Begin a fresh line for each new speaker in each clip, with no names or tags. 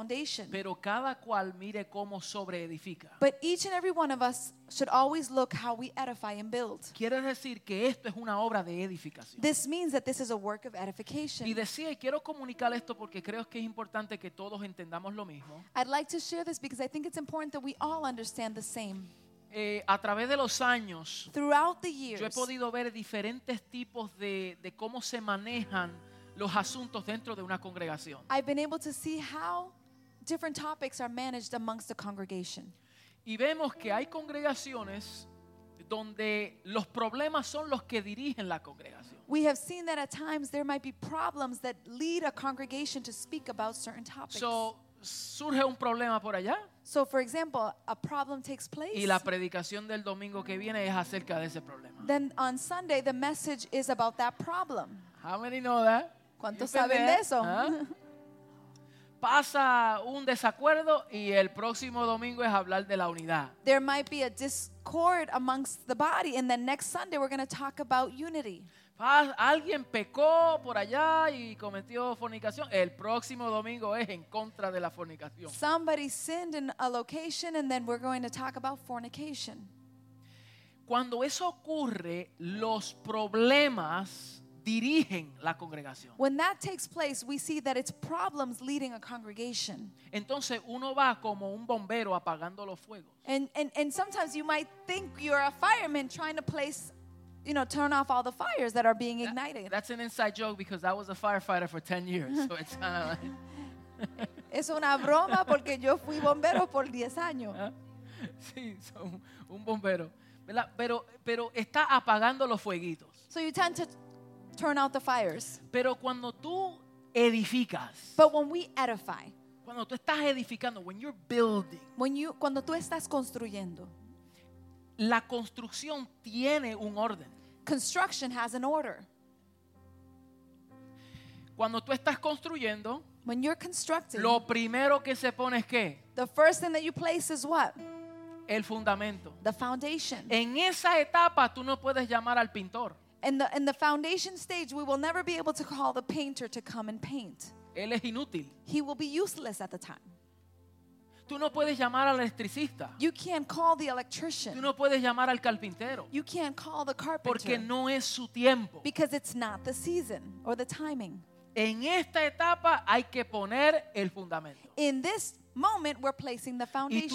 foundation.
pero cada cual mire cómo sobreedifica.
But each and every one of us should always look how we edify and build.
Quiere decir que esto es una obra de edificación.
This means that this is a work of
Y
edification.
decía, y quiero comunicar esto porque creo que es importante que todos entendamos lo mismo.
I'd like to share this because I think it's important that we all understand the same.
Eh, a través de los años,
Throughout the
yo he
years,
podido ver diferentes tipos de, de cómo se manejan los asuntos dentro de una congregación.
I've been able to see how different topics are managed amongst the congregation.
Y vemos que hay congregaciones donde los problemas son los que dirigen la congregación.
We have seen that at times there might be problems that lead a congregation to speak about certain topics.
So, surge un problema por allá
So, for example, a problem takes place.
y la predicación del domingo que viene es acerca de ese problema.
Then on Sunday, the message is about that problem.
How many know that?
¿Cuántos
You been
saben de
there?
eso?
¿Ah? Pasa un desacuerdo y el próximo domingo es hablar de la unidad.
There might be a discord amongst the body, and then next Sunday, we're going to talk about unity.
Pa- Alguien pecó por allá y cometió fornicación. El próximo domingo es en contra de la fornicación.
Somebody sinned in a location, and then we're going to talk about fornication.
Cuando eso ocurre, los problemas dirigen la congregación.
When that takes place, we see that it's problems leading a congregation.
Entonces uno va como un bombero apagando los fuegos.
And, and, and sometimes you might think you're a fireman trying to place, you know, turn off all the fires that are being ignited.
That's an inside joke because I was a firefighter for 10 years. So it's uh, kinda like-
Es una broma porque yo fui bombero por 10 años.
¿Ah? Sí, son un bombero. ¿verdad? Pero, pero está apagando los fueguitos.
So you tend to turn out the fires.
Pero cuando tú edificas,
But when we edify,
cuando tú estás edificando, when you're building,
when you, cuando tú estás construyendo,
la construcción tiene un orden.
construction has an order.
Cuando tú estás construyendo,
When you're constructing,
lo primero que se pone es qué?
the first thing that you place is what?
El fundamento.
The foundation.
En esa etapa tú no puedes llamar al pintor.
In the, in the foundation stage, we will never be able to call the painter to come and paint.
Él es inútil.
He will be useless at the time.
Tú no puedes llamar al electricista.
You can't call the
Tú
electrician.
no puedes llamar al carpintero.
You can't call the
Porque
carpenter
no es su tiempo.
because it's not the season or the timing.
En esta etapa hay que poner el fundamento.
In this moment, we're placing the
Y tú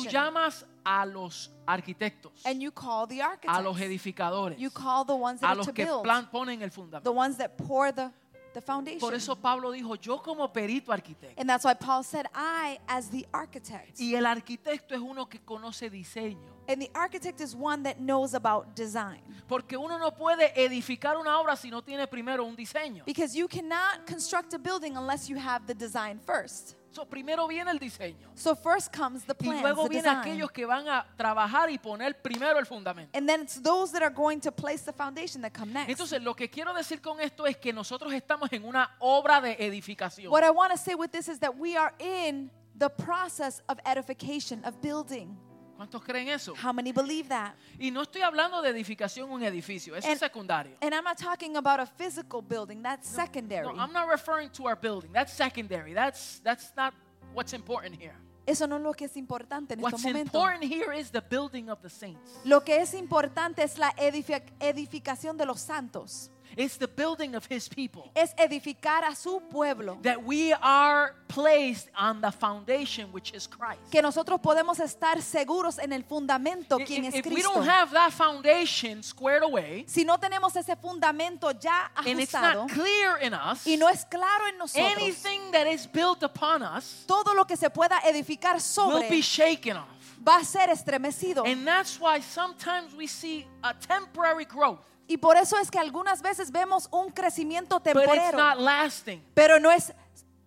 foundation.
llamas a los arquitectos,
And you call the
a los
architects.
edificadores,
You call the ones that
a
are
los
to
que
build.
plan- ponen el
The
fundamento.
ones that pour the, the foundation.
Por eso Pablo dijo, yo como perito arquitecto.
And that's why Paul said, I as the architect.
Y el arquitecto es uno que conoce diseño.
And the architect is one that knows about design.
Porque uno no puede edificar una obra si no tiene primero un diseño.
Because you cannot construct a building unless you have the design first.
So, primero viene el diseño.
So first comes the
Y
plans,
luego
the
viene
design.
aquellos que van a trabajar y poner primero el fundamento.
And then it's those that are going to place the foundation that come next.
Entonces, lo que quiero decir con esto es que nosotros estamos en una obra de edificación.
What I want to say with this is that we are in the process of edification, of building.
¿Cuántos creen eso?
How many believe that?
Y no estoy hablando de edificación en un edificio, eso es
And-
secundario.
And I'm not talking about a physical building, that's secondary.
No, I'm not referring to our building. That's secondary. That's that's not what's important here.
Eso no es lo que es importante en estos
What's
momentos.
important here is the building of the saints.
Lo que es importante es la edifi- edificación de los santos.
It's the building of his people.
Es edificar a su pueblo.
That we are placed on the foundation which is Christ.
Que nosotros podemos estar seguros en el fundamento,
I-
quien
if,
es
if we don't
Cristo.
have that foundation squared away
Si no tenemos ese fundamento ya
and it's
ajustado
not clear in us,
y no es claro en nosotros,
anything that is built upon us
todo lo que se pueda edificar
will
sobre
be shaken off.
va a ser estremecido.
And that's why sometimes we see a temporary growth,
Y por eso es que algunas veces vemos un crecimiento
but it's
temporero,
not lasting
pero no es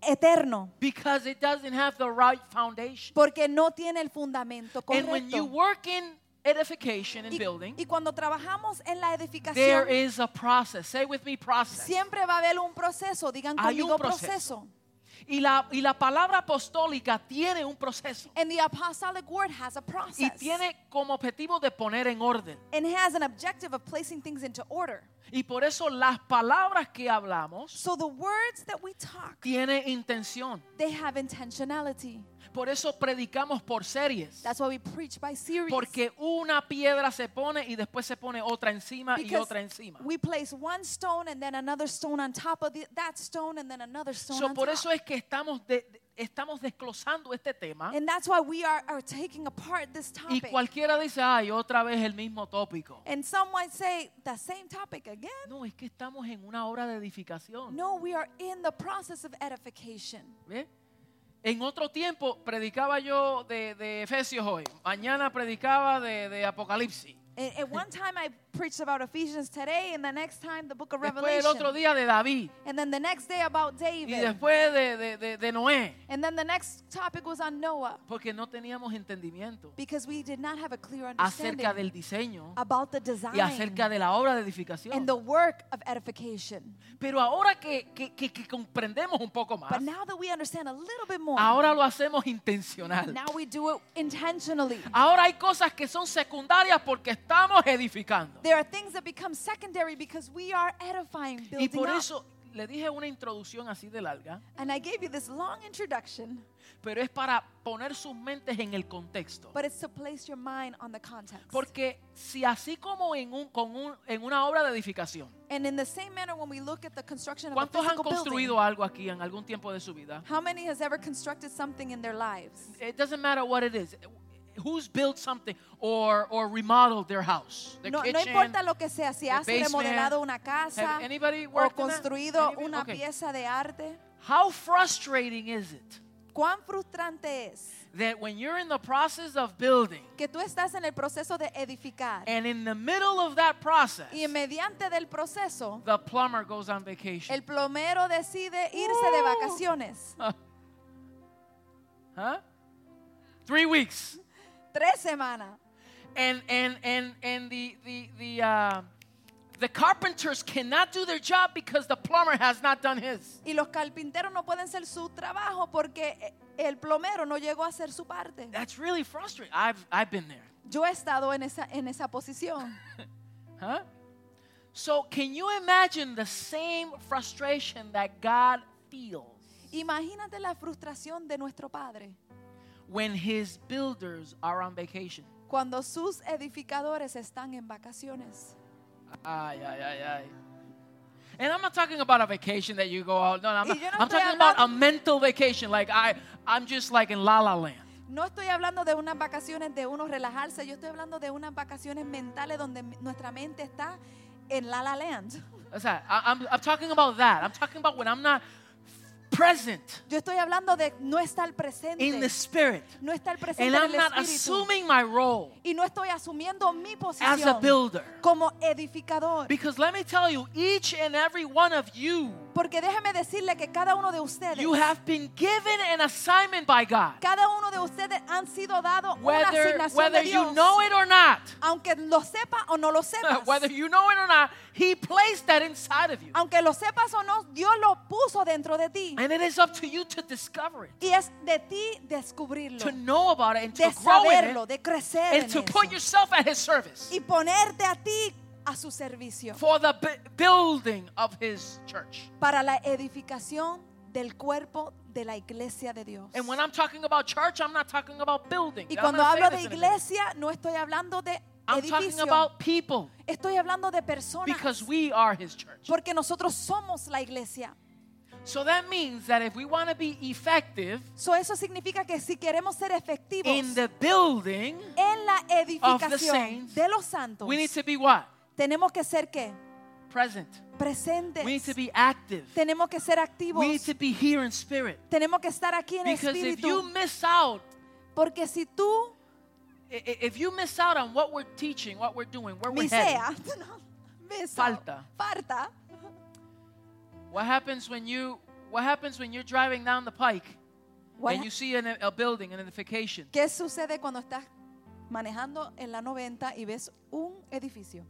eterno,
because it doesn't have the right foundation.
porque no tiene el fundamento
And when you
correcto.
work in edification and
Y,
building,
y cuando trabajamos en la
there
edificación,
is a process. Say with me, process.
siempre va a haber un proceso, digan
Hay un
conmigo
proceso.
proceso.
Y la, y la palabra apostólica tiene un proceso
And the apostolic word has a process.
y tiene como objetivo de poner en orden.
and has an objective of placing things into order.
Y por eso las palabras que hablamos
So the words that we talk,
tienen intención.
they have intentionality.
Por eso predicamos por series.
That's why we preach by series.
Porque una piedra se pone y después se pone otra encima y
Because
otra encima.
we place one stone and then another stone on top of the, that stone and then another stone
So,
on
por
top.
eso es que estamos, de- de- estamos desglosando este tema
and that's why we are, are taking apart this
y
topic.
cualquiera dice, ay, otra vez el mismo tópico.
And some might say, the same topic again.
No, es que estamos en una hora de edificación.
No, we are in the process of edification.
¿Ve? En otro tiempo predicaba yo de, de Efesios hoy, mañana predicaba de, de Apocalipsis,
A- At one time I preached about Ephesians today, and the next time the book of
después el otro
Revelation.
día de David
And then the next day about
y
David.
después de, de- de- de Noé,
And then the next topic was on Noah
porque no teníamos entendimiento
because we did not have a clear
acerca
understanding
del diseño
about the
y
design
acerca de la obra de
and
edificación.
the work of edification.
Pero ahora que, que- que- que comprendemos un poco más,
But now that we understand a little bit more,
ahora lo hacemos intencional.
now we do it intentionally.
Ahora hay cosas que son secundarias porque estamos edificando.
There are things that become secondary because we are edifying,
Y
building
por
up.
eso le dije una introducción así de larga,
And I gave you this long introduction,
pero es para poner sus mentes en el contexto.
but it's to place your mind on the context.
Porque si así como en, un, con un- en una obra de edificación,
And in the same manner, when we look at the construction of a
¿cuántos han
physical building,
construido algo aquí en algún tiempo de su vida?
how many has ever constructed something in their lives?
It doesn't matter what it is. Who's built something or, or remodeled their house? The
No, no
kitchen,
importa lo que sea, si
the
has
basement.
remodelado una casa
Have anybody
o
worked on that?
construido
Anybody?
una
Okay.
pieza de arte,
How frustrating is it
cuán frustrante es
that when you're in the process of building
que tú estás en el proceso de edificar
and in the middle of that process,
y mediante del proceso
the plumber goes on vacation?
el plomero decide irse de
Woo.
vacaciones
huh? Three weeks.
tres semanas
And and and and the the the uh, the carpenters cannot do their job because the plumber has not done his.
y los carpinteros no pueden hacer su trabajo porque el plomero no llegó a hacer su parte.
That's really frustrating. I've I've been there.
Yo he estado en esa, en esa posición.
Huh? So can you imagine the same frustration that God feels
Imagínate la frustración de nuestro padre
when his builders are on vacation?
cuando sus edificadores están en vacaciones.
Ay, ay, ay, ay. And I'm not talking about a vacation that you go out. No, no, I'm,
Y
not,
yo no
I'm
estoy
talking about a
hablando-
mental vacation. Like I, I'm just like in La La Land.
No estoy hablando de unas vacaciones de uno relajarse, yo estoy hablando de unas vacaciones mentales donde mi- nuestra mente está en la la land.
That's that. I, am I'm talking about that. I'm talking about when I'm not present
Yo estoy hablando de no estar
in the
presente,
spirit,
no estar presente
and
en
I'm
el
not
espíritu
assuming my role
y no estoy asumiendo mi
as a
posición
builder.
como edificador.
Because let me tell you, each and every one of you,
Porque déjeme decirle que cada uno de ustedes,
you have been given an assignment by God,
cada uno de ustedes han sido dado una
whether
asignación
whether
de
you
Dios.
know it or not.
aunque lo sepa o no lo sepas,
Whether you know it or not, He placed that inside of you.
aunque lo sepas o no, Dios lo puso dentro de ti.
And it is up to you to discover it,
Y es de ti descubrirlo,
to know about it, and to
de
grow in
saberlo,
it,
de crecer en
and to put
eso.
yourself at His service.
y ponerte a ti a su servicio
for the bu- building of his church.
para la edificación del cuerpo de la iglesia de Dios.
And when I'm talking about church, I'm not talking about building.
Y
I'm
cuando
not saying
hablo de
this in a minute.
iglesia, no estoy hablando de
I'm talking
edificio,
about people
estoy hablando de personas,
because we are his church.
porque nosotros somos la iglesia.
So that means that if we want to be effective
So, eso significa que si queremos ser efectivos
in the building,
en la edificación
saints,
de los santos,
we need to be what?
tenemos que ser qué?
Present.
Presentes.
We need to be active.
tenemos que ser activos.
We need to be here in spirit.
tenemos que estar aquí en
Because if
espíritu.
you miss out,
porque si tú
i- i- if you miss out on what we're teaching, what we're doing, where we're heading,
miseas, no, mesa,
Falta.
falta,
what happens when you what happens when you're driving down the pike
what-
and you see an, a building, an edification,
¿qué sucede cuando estás manejando en la 90 y ves un edificio?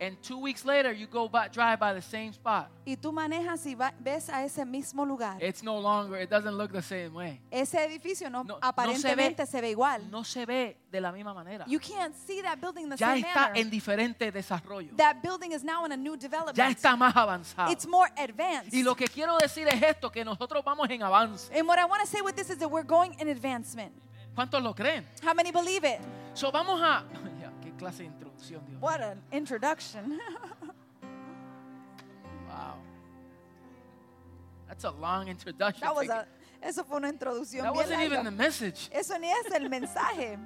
and two weeks later you go by, drive by the same spot.
y tú manejas y va- ves a ese mismo lugar.
It's no longer, it doesn't look the same way.
Ese edificio no,
No- no se ve-
aparentemente se ve igual.
No se ve de la misma manera.
You can't see that building the
Ya
same
está
manner.
en diferente desarrollo.
that building is now in a new
Ya
development.
está más avanzado.
It's more advanced.
Y lo que quiero decir es esto, que nosotros vamos en avance.
and what I want to say with this is that we're going in advancement.
¿Cuántos lo creen?
How many believe it?
So vamos a... Ya, ¿Qué clase de introducción, Dios?
What an introduction.
Wow. That's a long introduction.
that was
Take
a,
it.
eso fue una introducción
That
bien
wasn't even
larga.
the message.
Eso ni es el mensaje.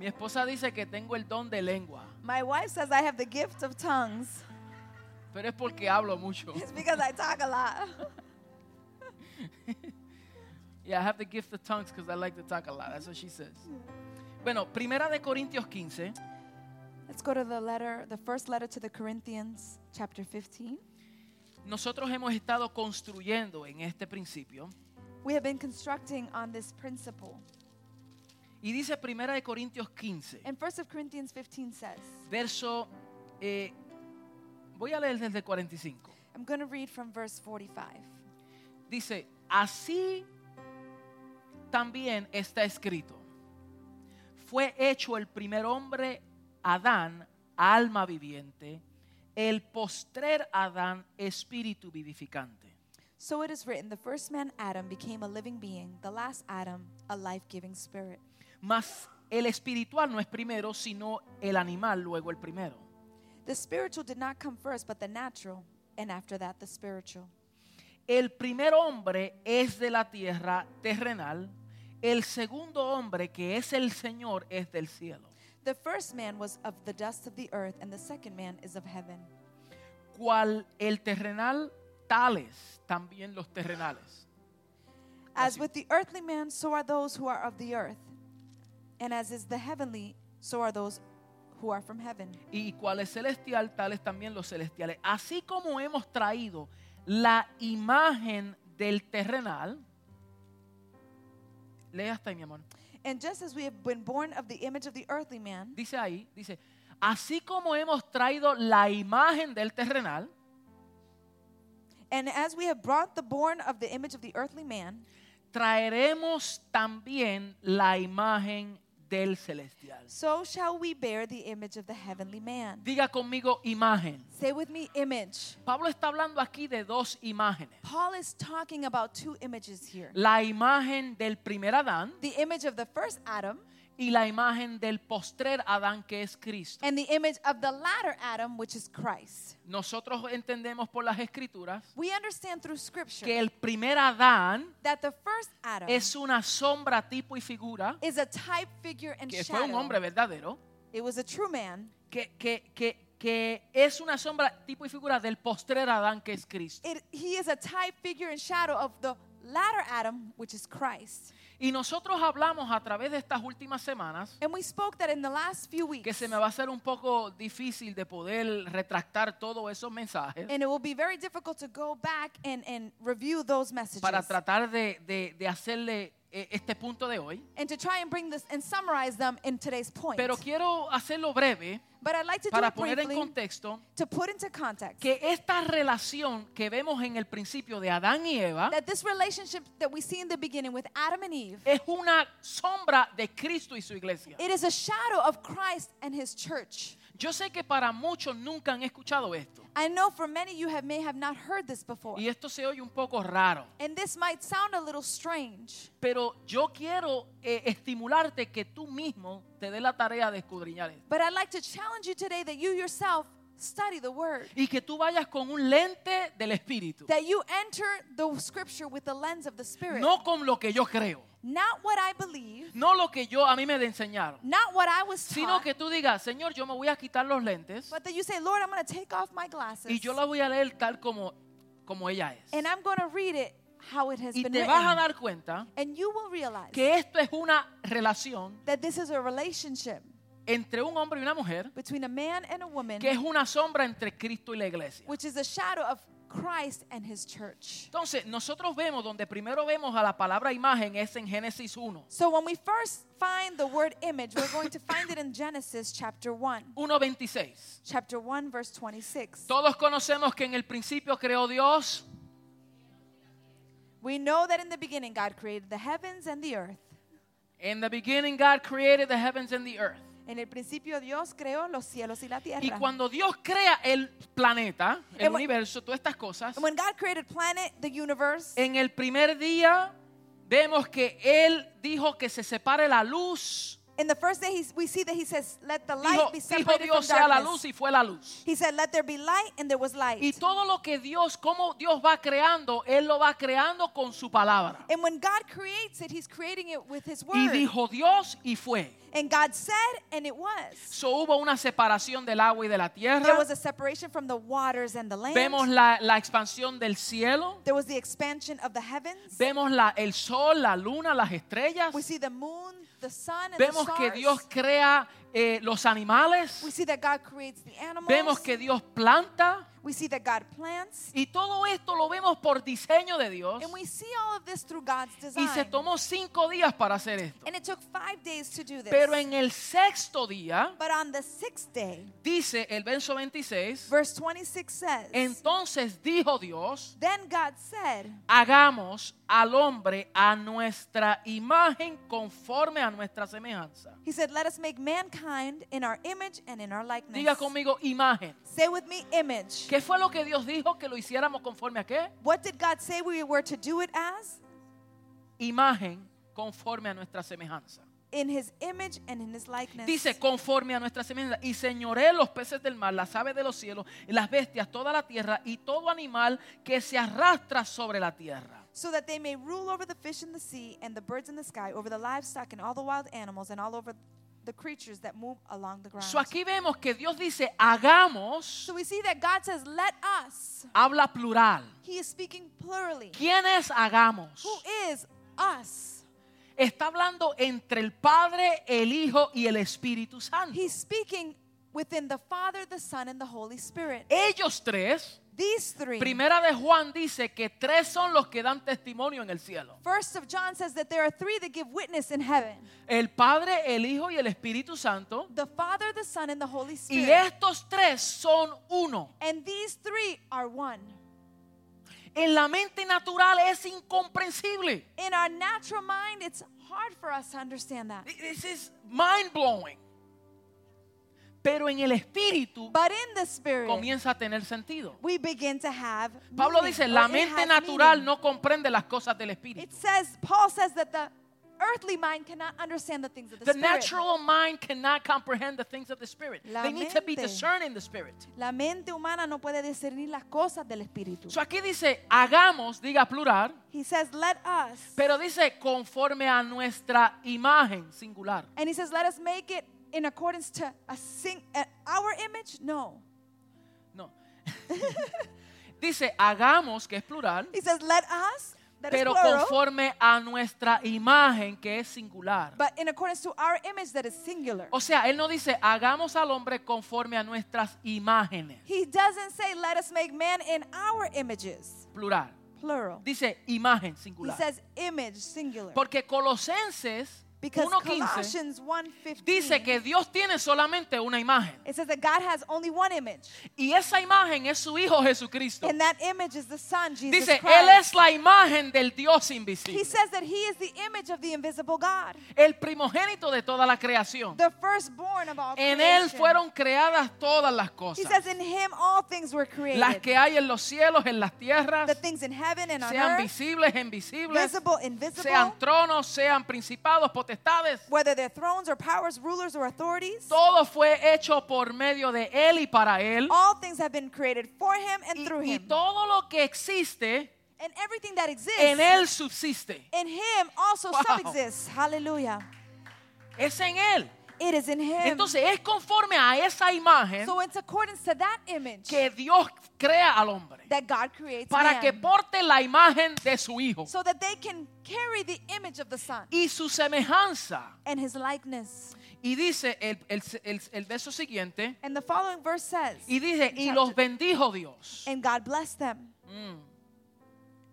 Mi esposa dice que tengo el don de lengua,
My wife says I have the gift of tongues.
pero es porque hablo mucho.
It's because I talk a lot.
Yeah, I have the gift of tongues because I like to talk a lot. That's what she says. Bueno, primera de Corintios 15.
Let's go to the letter, the first letter to the Corinthians, chapter 15.
Nosotros hemos estado construyendo en este principio.
We have been constructing on this principle.
Y dice primera de Corintios 15,
And 1 Corinthians 15 says,
verso... eh, voy a leer desde el 45.
I'm going to read from verse 45.
Dice, así también está escrito. Fue hecho el primer hombre, Adán, alma viviente, el postrer Adán, espíritu vivificante.
So it is written, the first man Adam became a living being, the last Adam a life-giving spirit.
Mas el espiritual no es primero, sino el animal, luego el primero.
The spiritual did not come first, but the natural, and after that the spiritual.
El primer hombre es de la tierra terrenal, el segundo hombre que es el Señor es del cielo.
The first man was of the dust of the earth, and the second man is of heaven.
cual el terrenal, tales también los terrenales.
As
Así.
with the earthly man, so are those who are of the earth. And as is the heavenly, so are those who are from heaven.
Y cual es celestial, tales también los celestiales. Así como hemos traído la imagen del terrenal, lee hasta ahí, mi amor.
And just as we have been born of the image of the earthly man,
Dice ahí, dice, así como hemos traído la imagen del terrenal,
and as we have brought the born of the image of the earthly man,
traeremos también la imagen del celestial.
so shall we bear the image of the heavenly man.
Diga conmigo imagen.
Say with me, image.
Pablo está hablando aquí de dos imágenes.
Paul is talking about two images here
la imagen del primer Adán
the image of the first Adam
y la imagen del postrer Adán que es Cristo.
and the image of the latter Adam, which is Christ.
Nosotros entendemos por las escrituras
We understand through scripture
que el primer Adán
that the first Adam
es una sombra, tipo y figura,
is a type, figure, and
que fue
shadow.
un hombre verdadero,
It was a true man.
que, que, que, que es una sombra, tipo y figura del postrer Adán que es Cristo.
It, he is a type, figure, and shadow of the latter Adam, which is Christ.
Y nosotros hablamos a través de estas últimas semanas
And we spoke that in the last few
que
weeks.
se me va a hacer un poco difícil de poder retractar todos esos mensajes.
And it will be very difficult to go back and, and review those messages.
para tratar de, de- de hacerle eh, este punto de hoy.
and to try and bring this and summarize them in today's point.
Pero quiero hacerlo breve
but I'd like to do
para
it
poner en
briefly
contexto
to put into context
que esta relación que vemos en el principio de Adán y Eva
that this relationship that we see in the beginning with Adam and Eve,
es una sombra de Cristo y su iglesia.
it is a shadow of Christ and his church.
Yo sé que para muchos nunca han escuchado esto
I know for many you have may have not heard this before.
y esto se oye un poco raro,
And this might sound a little strange,
pero yo quiero eh, estimularte que tú mismo te dé la tarea de escudriñar esto
but I'd like to challenge you today that you yourself study the word.
y que tú vayas con un lente del Espíritu,
That you enter the scripture with the lens of the spirit.
no con lo que yo creo.
Not what I believe,
No lo que yo a mí me enseñaron,
not what I was
sino
taught,
que tú digas, Señor, yo me voy a quitar los lentes
but that you say, "Lord, I'm going to take off my glasses."
y yo la voy a leer tal como, como ella es.
and I'm going to read it how it has
Y
been
te
written.
vas a dar cuenta
and you will realize
que esto es una relación
that this is a relationship
entre un hombre y una mujer,
between a man and a woman,
que es una sombra entre Cristo y la iglesia.
which is a shadow of Christ and his church.
Entonces, nosotros vemos donde primero vemos a la palabra imagen es en Génesis 1,
So when we first find the word image, we're going to find it in Genesis chapter 1.
1.26.
Chapter 1 verse 26.
Todos conocemos que en el principio creó Dios
We know that in the beginning God created the heavens and the earth.
In the beginning God created the heavens and the earth.
En el principio Dios creó los cielos y la
Y
tierra.
cuando Dios crea el planeta, el
And when-
universo, todas estas cosas,
And when God created planet, the universe,
en el primer día vemos que él dijo que se separe la luz.
in the first day he, we see that he says, let the light
Dijo,
be separated from
dijo Dios sea la
darkness.
luz y fue la luz.
He said, let there be light and there was
Y
light.
todo lo que Dios, como Dios va creando, él lo va creando con su palabra.
And when God creates it, he's creating it with his
Y
word.
dijo Dios y fue.
And God said, and it was.
So, hubo una separación del agua y de la
There
tierra.
was a separation from the waters and the
Vemos
land.
la, la expansión del cielo.
There was the expansion of the heavens.
Vemos la- el sol, la luna, las estrellas.
We see the moon, the sun, and the
Vemos que Dios
stars.
crea eh, los
We
animales.
see that God creates the animals.
Vemos que Dios planta.
We see that God plants.
Y todo esto lo vemos por diseño de Dios.
And we see all of this through God's
Y se
design.
tomó cinco días para hacer esto.
And it took five days to do this.
Pero en el sexto día,
but on the sixth day,
dice el verso 26,
verse 26 says,
entonces dijo Dios,
Then God said,
hagamos al hombre a nuestra imagen conforme a nuestra semejanza.
He said, Let us make mankind in our image and in our likeness.
Diga conmigo imagen.
Say with me, image.
¿Qué fue lo que Dios dijo que lo hiciéramos conforme a qué?
What did God say we were to do it as?
Imagen conforme a nuestra semejanza.
In his image and in his likeness.
Dice, conforme a nuestra semejanza, y señoré los peces del mar, las aves de los cielos, y las bestias, toda la tierra, y todo animal que se arrastra sobre la tierra.
so that they may rule over the fish in the sea and the birds in the sky, over the livestock and all the wild animals and all over the creatures that move along the ground.
So aquí vemos que Dios dice, hagamos,
so we see that God says, Let us.
habla plural.
He is speaking plurally.
¿Quiénes hagamos?
Who is us?
Está hablando entre el Padre, el Hijo y el Espíritu Santo.
He's speaking within the Father, the Son, and the Holy Spirit.
Ellos tres,
These three.
primera de Juan dice que tres son los que dan testimonio en el cielo.
First of John says that there are three that give witness in heaven:
El Padre, el Hijo y el Espíritu Santo.
the Father, the Son, and the Holy
Y
Spirit.
estos tres son uno.
And these three are one.
En la mente natural es incomprensible.
In our natural mind, it's hard for us to understand that.
This is mind blowing. Pero en el espíritu
But in the Spirit,
comienza a tener sentido.
we begin to have.
Pablo
meaning,
dice,
or
la
it
mente
has
natural
meaning."
no comprende las cosas del
It
espíritu.
says, Paul says that the earthly mind cannot understand the things of the,
The
Spirit.
natural mind cannot comprehend the things of the spirit.
La
They need to be
mente.
discerned in the spirit.
La mente humana no puede discernir las cosas del Espíritu.
So aquí dice, hagamos, diga plural,
He says, let us.
pero dice conforme a nuestra imagen singular.
And he says, let us make it in accordance to a sing- uh, our image? No.
No. dice, hagamos, que es plural,
He says, let us, that is
pero
plural,
conforme a nuestra imagen que es singular.
but in accordance to our image that is singular.
O sea, él no dice hagamos al hombre conforme a nuestras imágenes,
He doesn't say, let us make man in our images,
plural.
plural.
Dice imagen
He
singular.
says image, singular.
Porque Colosenses
Because
1:15
Colossians 1.15,
dice que Dios tiene solamente una imagen
it says that God has only one image.
y esa imagen es su hijo Jesucristo.
And that image is the Son, Jesus
Dice, él
Christ.
es la imagen del Dios
He
invisible,
says that he is the image of the invisible God,
el primogénito de toda la creación.
the firstborn of all
En él
creation.
fueron creadas todas las
He
cosas.
says, In him all things were created.
las que hay en los cielos, en las tierras,
the things in heaven and on
sean
earth,
visibles, invisibles,
visible, invisible,
sean tronos, sean principados, potestades,
whether they're thrones or powers, rulers or authorities.
todo fue hecho por medio de Él y para Él.
All things have been created for him and
Y,
through
y
him.
todo lo que existe,
And everything that exists
en Él subsiste.
in him also
Wow.
subsists. Hallelujah.
Es en Él.
It is in him.
Entonces es conforme a esa imagen
so it's accordance to that image
que Dios crea al hombre.
that God creates
Para
man,
que porte la imagen de su Hijo
so that they can carry the image of the Son
y su semejanza.
and his likeness.
Y dice el, el, el, el verso siguiente,
And the following verse says,
Y dice, y los bendijo Dios.
And God blessed them.
Mm.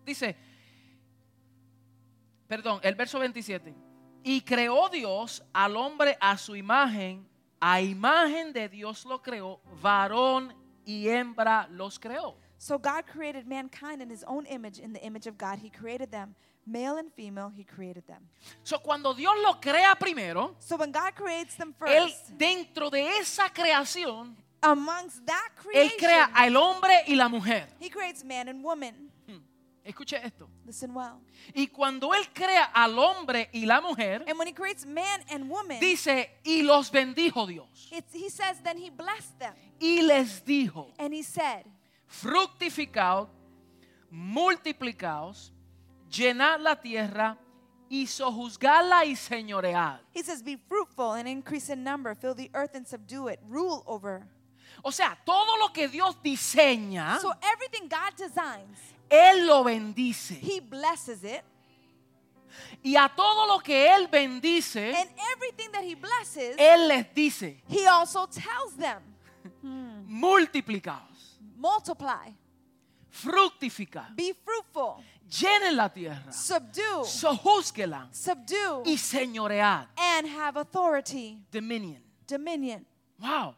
Dice, perdón, el verso 27. Y creó Dios al hombre a su imagen, a imagen de Dios lo creó, varón y hembra los creó.
So God created mankind in his own image. In the image of God, he created them. Male and female, he created them.
So, cuando Dios lo crea primero,
So when God creates them
Él
first,
dentro de esa creación,
amongst that
Él crea
creation,
al hombre y la mujer.
he creates man and woman.
Mm. Escuche esto.
Listen well.
Y cuando Él crea al hombre y la mujer,
And when he creates man and woman,
dice, y los bendijo Dios.
it's, he says, then he blessed them.
Y les dijo,
And he said,
fructificaos, multiplicaos, llenad la tierra y sojuzgadla y señoread.
he says, be fruitful and increase in number, fill the earth and subdue it, rule over.
O sea, todo lo que Dios diseña,
So everything God designs,
Él lo bendice.
he blesses it.
Y a todo lo que Él bendice,
And everything that he blesses,
Él les dice,
he also tells them,
multiplicaos,
multiply,
fructificaos,
be fruitful,
llenen la tierra,
subdue,
sojúzguela
subdue,
y señoread,
and have authority,
dominion.
dominion.
Wow.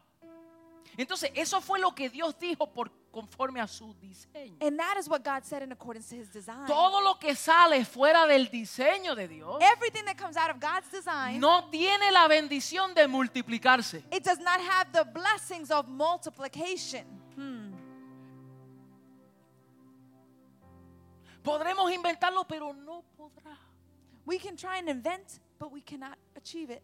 Entonces, eso fue lo que Dios dijo por conforme a su diseño.
And that is what God said in accordance to his design.
Todo lo que sale fuera del diseño de Dios
Everything that comes out of God's design,
no tiene la bendición de multiplicarse.
it does not have the blessings of multiplication.
Podremos inventarlo, pero no podrá.
We can try and invent, but we cannot achieve it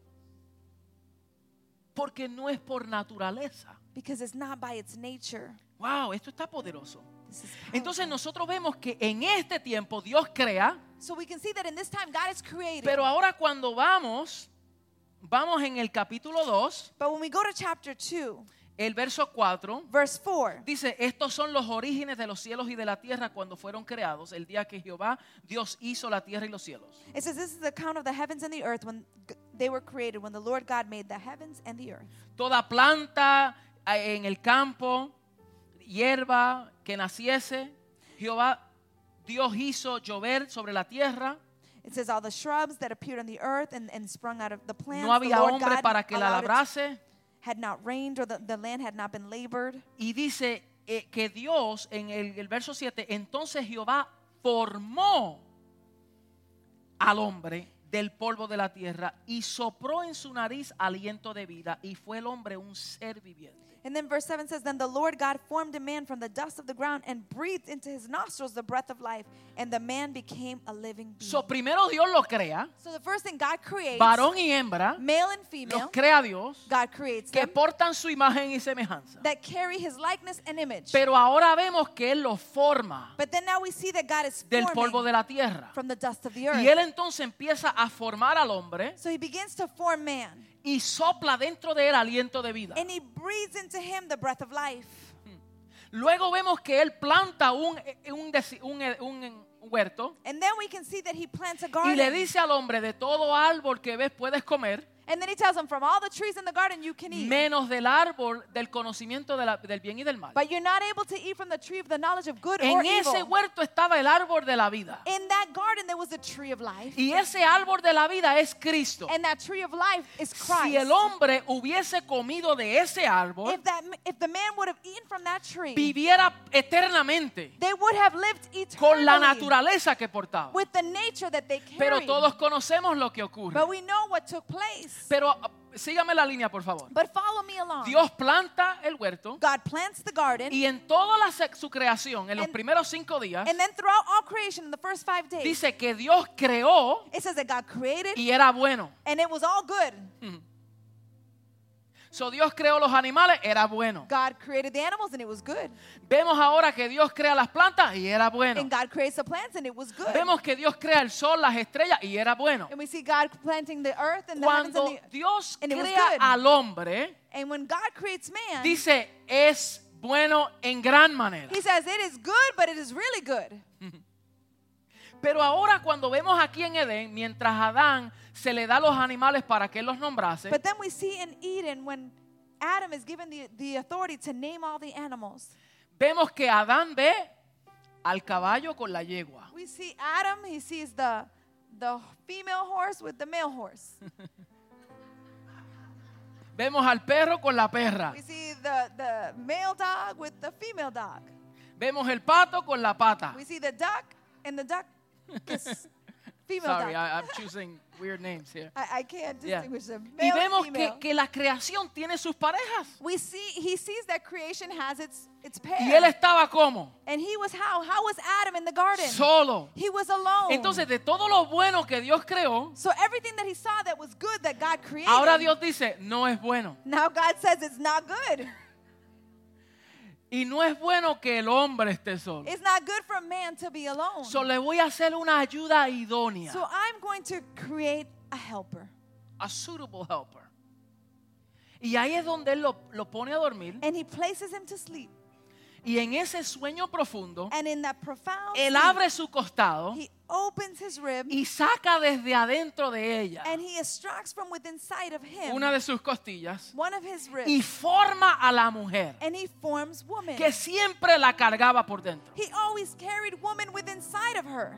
Porque no es por naturaleza.
because it's not by its nature.
Wow, esto está poderoso.
This is powerful.
Entonces nosotros vemos que en este tiempo Dios crea,
so we can see that in this time God is creating.
pero ahora cuando vamos, vamos en el capítulo 2,
but when we go to chapter 2,
el verso 4,
verse 4,
dice, estos son los orígenes de los cielos y de la tierra cuando fueron creados, el día que Jehová Dios hizo la tierra y los cielos.
it says, This is the account of the heavens and the earth when g- they were created, when the Lord God made the heavens and the earth.
Toda planta eh, en el campo, hierba que naciese, Jehová Dios hizo llover sobre la tierra.
It says, All the shrubs that appeared on the earth and, and sprung out of the plants,
No había
the Lord
hombre
God
para que la
allowed it to
labrase.
had not rained or the, the land had not been labored.
Y dice eh, que Dios, en el, el verso 7, entonces Jehová formó al hombre del polvo de la tierra y sopró en su nariz aliento de vida y fue el hombre un ser viviente.
And then verse 7 says, Then the Lord God formed a man from the dust of the ground and breathed into his nostrils the breath of life, and the man became a living being.
So, primero Dios lo crea,
so the first thing God creates,
varón y hembra,
male and
los
female,
crea Dios,
God creates
que
them
portan su imagen y semejanza.
that carry his likeness and image.
Pero ahora vemos que Él los forma
but then now we see that God is
del
forming
polvo de la tierra.
from the dust of the earth.
Y Él entonces empieza a formar al hombre
so he begins to form man,
y sopla dentro de él aliento de vida.
and he breathes into him the breath of life.
Luego vemos que él planta un, un desi- un- un huerto
And then we can see that he plants a
y
garden.
le dice al hombre, de todo árbol que ves puedes comer,
and then he tells him, From all the trees in the garden you can eat.
menos del árbol del conocimiento de la- del bien y del mal.
But you're not able to eat from the tree of the knowledge of good or
En ese
evil.
huerto estaba el árbol de la vida.
In that garden there was a tree of life.
Y ese árbol de la vida es Cristo.
And that tree of life is Christ.
Si el hombre hubiese comido de ese árbol,
if that if the man would have eaten from that tree,
viviera eternamente
they would have lived
con la
eternally
naturaleza que portaba.
with the nature that they
Pero
carried.
todos conocemos lo que ocurre.
but we know what took place.
Pero ah, sígame la línea, por favor.
but follow me along.
Dios planta el huerto
God plants the garden,
y en toda la se- su creación, en los
And-
primeros cinco días,
and then throughout all creation, in the first five days,
dice que Dios creó
it says that God created,
y era bueno.
and it was all good.
So Dios creó los animales, era bueno.
God created the animals, and it was good.
Vemos ahora que Dios crea las plantas y era bueno.
And God creates the plants, and it was good.
Vemos que Dios crea el sol, las estrellas y era bueno.
And we see God planting the earth and the heavens
Cuando
and the
Dios
and it was
crea
good.
al hombre,
And when God creates man,
dice es bueno en gran manera.
he says it is good, but it is really good.
Pero ahora cuando vemos aquí en Edén, mientras Adán se le da los animales para que él los nombrase,
But then we see in Eden when Adam is given the, the authority to name all the animals.
vemos que Adán ve al caballo con la yegua.
We see Adam, he sees the, the female horse with the male horse.
Vemos al perro con la perra.
We see the, the male dog with the female dog.
Vemos el pato con la pata.
We see the duck and the duck kiss. Female
Sorry,
duck.
I- I'm choosing weird names here.
I, I can't
Yeah.
distinguish them.
Y
Male and
vemos
female.
que, que la creación tiene sus parejas.
we see he sees that creation has its its pair.
Y él estaba como
and he was how? How was Adam in the garden?
solo.
he was alone.
Entonces, de todo lo bueno que Dios creó,
so everything that he saw that was good that God created.
ahora Dios dice, no es bueno.
now God says it's not good.
Y no es bueno que el hombre esté solo.
It's not good for man to be alone.
So, le voy a hacer una ayuda idónea.
So I'm going to create a helper.
A suitable helper. Y ahí es donde él lo, lo pone a dormir.
And he places him to sleep.
Y en ese sueño profundo,
And in that profound
él
sleep,
abre su costado
he opens his rib
y saca desde adentro de ella
and he extracts from within sight of him
una de sus costillas
one of his ribs.
y forma a la mujer
and he forms woman.
que siempre la cargaba por dentro.
He always carried woman within sight of her.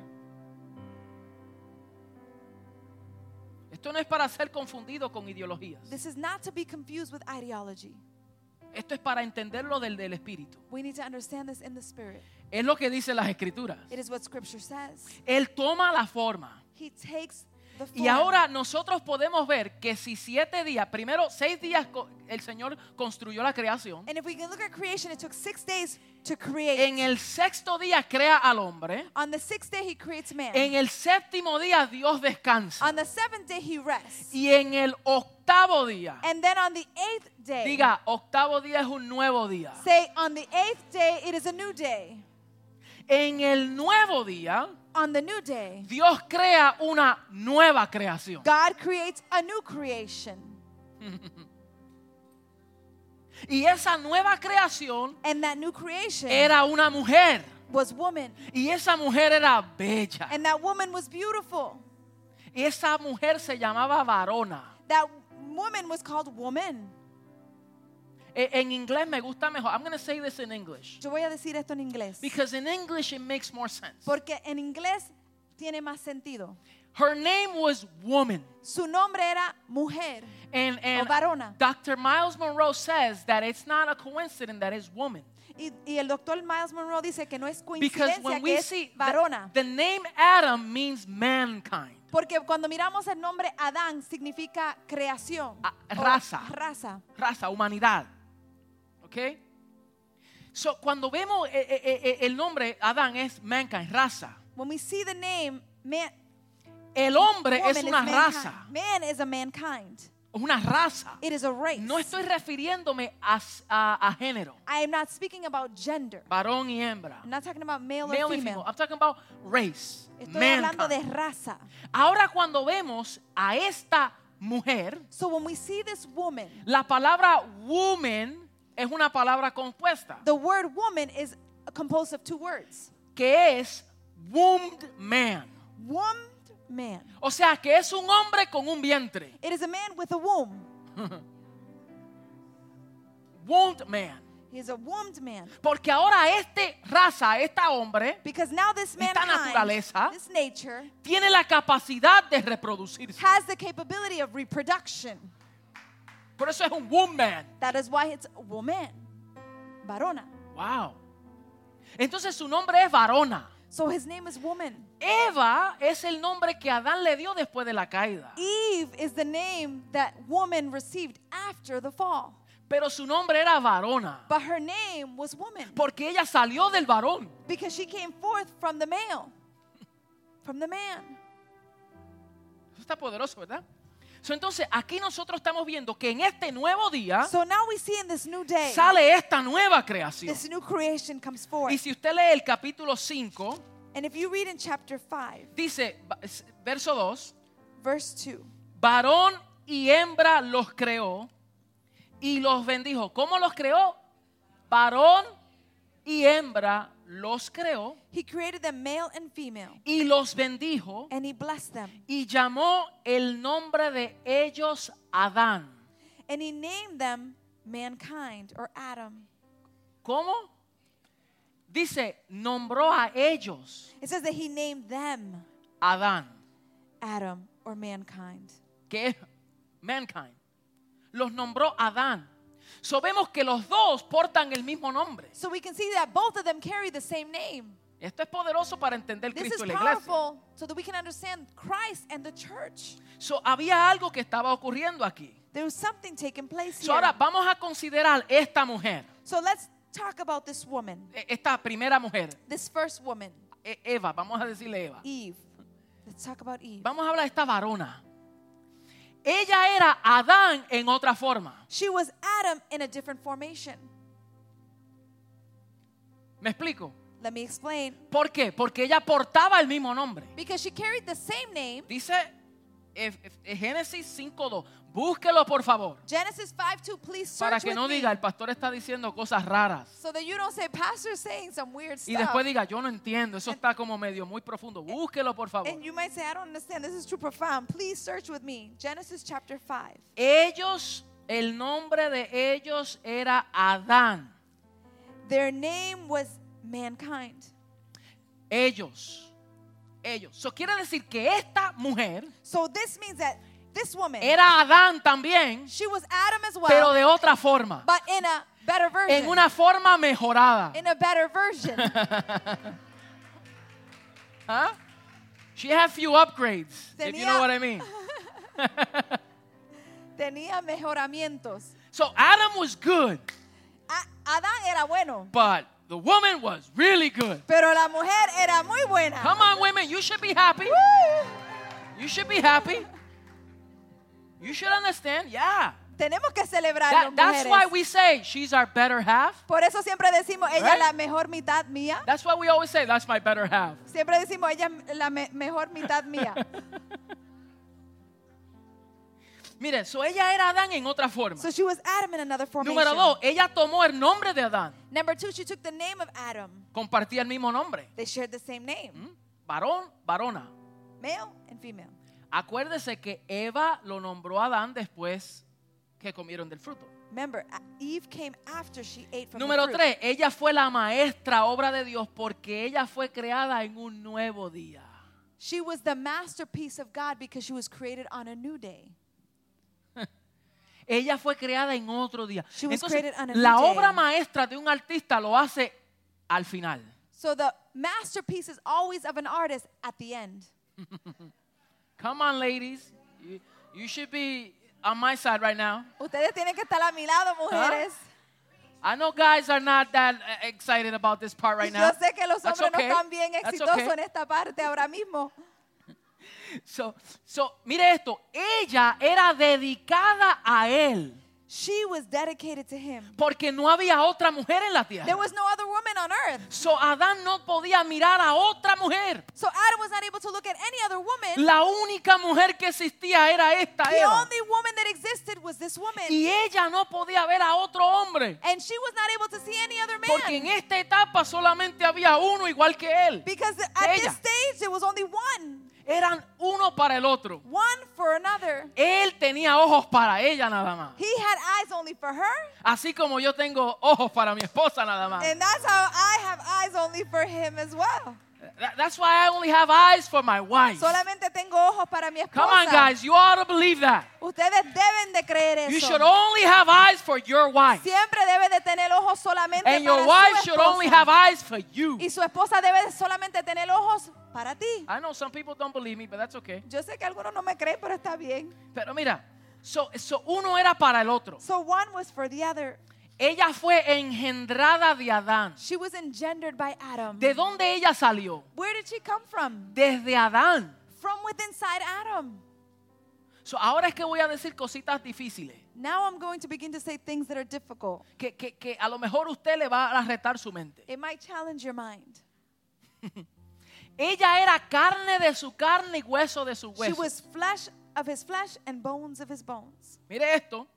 Esto no es para ser confundido con ideologías.
This is not to be confused with ideology.
Esto es para entenderlo del, del espíritu.
We need to understand this in the spirit.
Es lo que dicen las escrituras.
It is what scripture says.
Él toma la forma.
He takes the form.
Y ahora nosotros podemos ver que si siete días, primero seis días co- el Señor construyó la creación,
and if we can look at creation, it took six days to create.
en el sexto día crea al hombre,
On the sixth day, he creates man.
en el séptimo día Dios descansa
On the seventh day, he rests.
y en el octavo día,
And then on the eighth day,
diga, octavo día es un nuevo día.
say, on the eighth day, it is a new day.
En el nuevo día,
On the new day,
Dios crea una nueva creación.
God creates a new creation.
Y esa nueva creación
And that new creation
era una mujer.
was woman.
Y esa mujer era bella.
And that woman was beautiful.
Y esa mujer se llamaba varona.
That woman was called woman.
E- En inglés me gusta mejor. I'm going to say this in English.
Yo voy a decir esto en inglés.
Because in English it makes more sense.
Porque en inglés tiene más sentido.
Her name was woman.
Su nombre era mujer.
And, and
varona.
Dr. Miles Monroe says that it's not a coincidence that it's woman.
Y, y el doctor Miles Monroe dice que no es
Because
coincidencia
when
que
we
es
see the,
varona.
the name Adam means mankind.
Porque cuando miramos el nombre Adán significa creación,
Ah,
o
raza.
raza.
raza, humanidad. ¿Ok? So, cuando vemos eh, eh, eh, el nombre Adán es mankind, raza.
When we see the name man,
El hombre
woman
es
is
una
mankind.
raza,
Man is a mankind.
una raza.
It is a race.
No estoy refiriéndome a, a- a género,
I am not speaking about gender.
varón y hembra,
I'm not talking about male,
male
or
y
female.
female. I'm talking about race,
Estoy hablando de
mankind.
raza.
Ahora cuando vemos a esta mujer,
So when we see this woman,
la palabra woman es una palabra compuesta
the word woman is composed of two words.
que es wombed man.
Wombed man.
O sea que es un hombre con un vientre.
It is a man with a womb.
Wound man.
He is a wombed man.
Porque ahora este raza, este hombre,
Because now this
Esta
mankind,
naturaleza-
this nature,
tiene la capacidad de reproducirse.
has the capability of reproduction.
Por eso es un wound man.
That is why it's woman, varona.
Wow. Entonces su nombre es varona.
So his name is woman.
Eva es el nombre que Adán le dio después de la caída.
Eve is the name that woman received after the fall.
Pero su nombre era varona.
But her name was woman
Porque ella salió del varón.
because she came forth from the male, from the man.
Eso está poderoso, ¿verdad? So, entonces aquí nosotros estamos viendo que en este nuevo día
So now we see in this new day,
sale esta nueva creación.
this new creation comes
Y
forth.
si usted lee el capítulo 5,
And if you read in chapter 5,
dice, va- s- verso 2,
verse 2,
varón y hembra los creó y los bendijo. ¿Cómo los creó? Varón y hembra los creó
he created them male and female,
y los bendijo
and he blessed them.
y llamó el nombre de ellos Adán.
And he named them mankind or Adam.
¿Cómo? Dice, nombró a ellos
It says that he named them
Adán,
Adam or mankind.
que es mankind. Los nombró Adán. So vemos que los dos portan el mismo nombre.
So we can see that both of them carry the same name.
Esto es poderoso para entender
This is
Cristo y la iglesia.
powerful so that we can understand Christ and the church.
So, había algo que estaba ocurriendo aquí.
There was something taking place
So, ahora
here.
vamos a considerar esta mujer,
So let's talk about this woman,
e- esta primera mujer,
this first woman,
e- Eva, vamos a decirle Eva.
Eve. Let's talk about Eve.
Vamos a hablar de esta varona. Ella era Adán en otra forma.
She was Adam in a different formation.
¿Me explico?
Let me explain.
¿Por qué? Porque ella portaba el mismo nombre.
Because she carried the same name,
Dice eh, eh, Génesis 5.2. Búsquelo por favor.
Genesis 5 2. Please search
Para que
with
no
me
diga, el pastor está diciendo cosas raras.
so that you don't say, Pastor's saying some weird
Y
stuff.
después diga, yo no entiendo. Eso está como medio muy profundo. Búsquelo por favor.
And you might say, I don't understand. This is too profound. Please search with me. Genesis chapter 5.
Ellos, el nombre de ellos era Adán.
Their name was mankind.
Ellos. Ellos. Eso quiere decir que esta mujer
So this means that this woman,
era Adán también,
she was Adam as
pero
well,
de otra forma.
but in a better
En
version.
una forma mejorada.
In a better version.
¿Ah? She had few upgrades, if you
Tenía-
know what I mean.
Tenía mejoramientos.
So Adam was good,
A- Adán era bueno,
but the woman was really good.
pero la mujer era muy buena.
Come on, women, you should be happy. You should be happy. You should understand, yeah.
Tenemos que celebrar
That- that's why
mujeres.
we say she's our better half.
Por eso siempre decimos, ella es
Right?
la mejor mitad mía.
That's why we always say that's my better half.
Siempre decimos, ella es la me- mejor mitad mía.
Mire, so ella era Adán en otra forma.
So she was Adam in another
Número
formation.
dos, ella tomó el nombre de Adán.
Number two, she took the name of Adam.
Compartía el mismo nombre.
They shared the same name,
¿Mm? Varón, varona.
male and female.
Acuérdese que Eva lo nombró Adán después que comieron del fruto.
Remember, A- Eve came after she ate from
Número
the fruit.
tres, ella fue la maestra obra de Dios porque ella fue creada en un nuevo día.
She was the masterpiece of God because she was created on a new day.
Ella fue creada en otro día.
She was
Entonces,
created on a new
la
day.
obra maestra de un artista lo hace al final.
So the masterpiece is always of an artist at the end.
Come on, ladies. You, you should be on my side right now.
Ustedes tienen que estar a mi lado,
Ah,
mujeres.
I know guys are not that uh, excited about this part right now.
Yo sé que los
That's
hombres
okay.
no están bien
That's
exitosos
okay.
en esta parte ahora mismo.
So, so, mire esto. Ella era dedicada a él
She was dedicated to him.
porque no había otra mujer en la
There
tierra.
was no other woman on earth.
So, Adán no podía mirar a otra mujer.
So Adam was not able to look at any other woman.
La única mujer que existía era esta
The
Eva.
only woman that existed was this woman.
Y ella no podía ver a otro hombre
And she was not able to see any other
porque
man.
en esta etapa solamente había uno igual que él.
Because at
ella.
this stage, there was only one.
Eran uno para el otro.
One for another.
Él tenía ojos para ella nada más.
He had eyes only for her.
Así como yo tengo ojos para mi esposa nada más.
And that's how I have eyes only for him as well.
Tha- That's why I only have eyes for my wife.
Solamente tengo ojos para mi esposa.
Come on, guys. You ought to believe that.
Ustedes deben de creer
You
eso.
should only have eyes for your wife.
Siempre debe de tener ojos solamente
And
para
your wife
su
should
esposa.
only have eyes for you.
y su esposa debe de solamente tener ojos para ti.
I know some people don't believe me, but that's okay.
Yo sé que algunos no me creen, pero está bien.
Pero mira, so, so uno era para el otro.
So one was for the other.
Ella fue engendrada de Adán.
She was engendered by Adam.
¿De dónde ella salió?
Where did she come from?
Desde Adán.
From within inside Adam.
So, ahora es que voy a decir cositas difíciles.
Now I'm going to begin to say things that are difficult.
que, que- que a lo mejor usted le va a retar su mente.
It might challenge your mind.
Ella era carne de su carne y hueso de su
She
hueso.
was flesh of his flesh and bones of his bones.
Mire esto.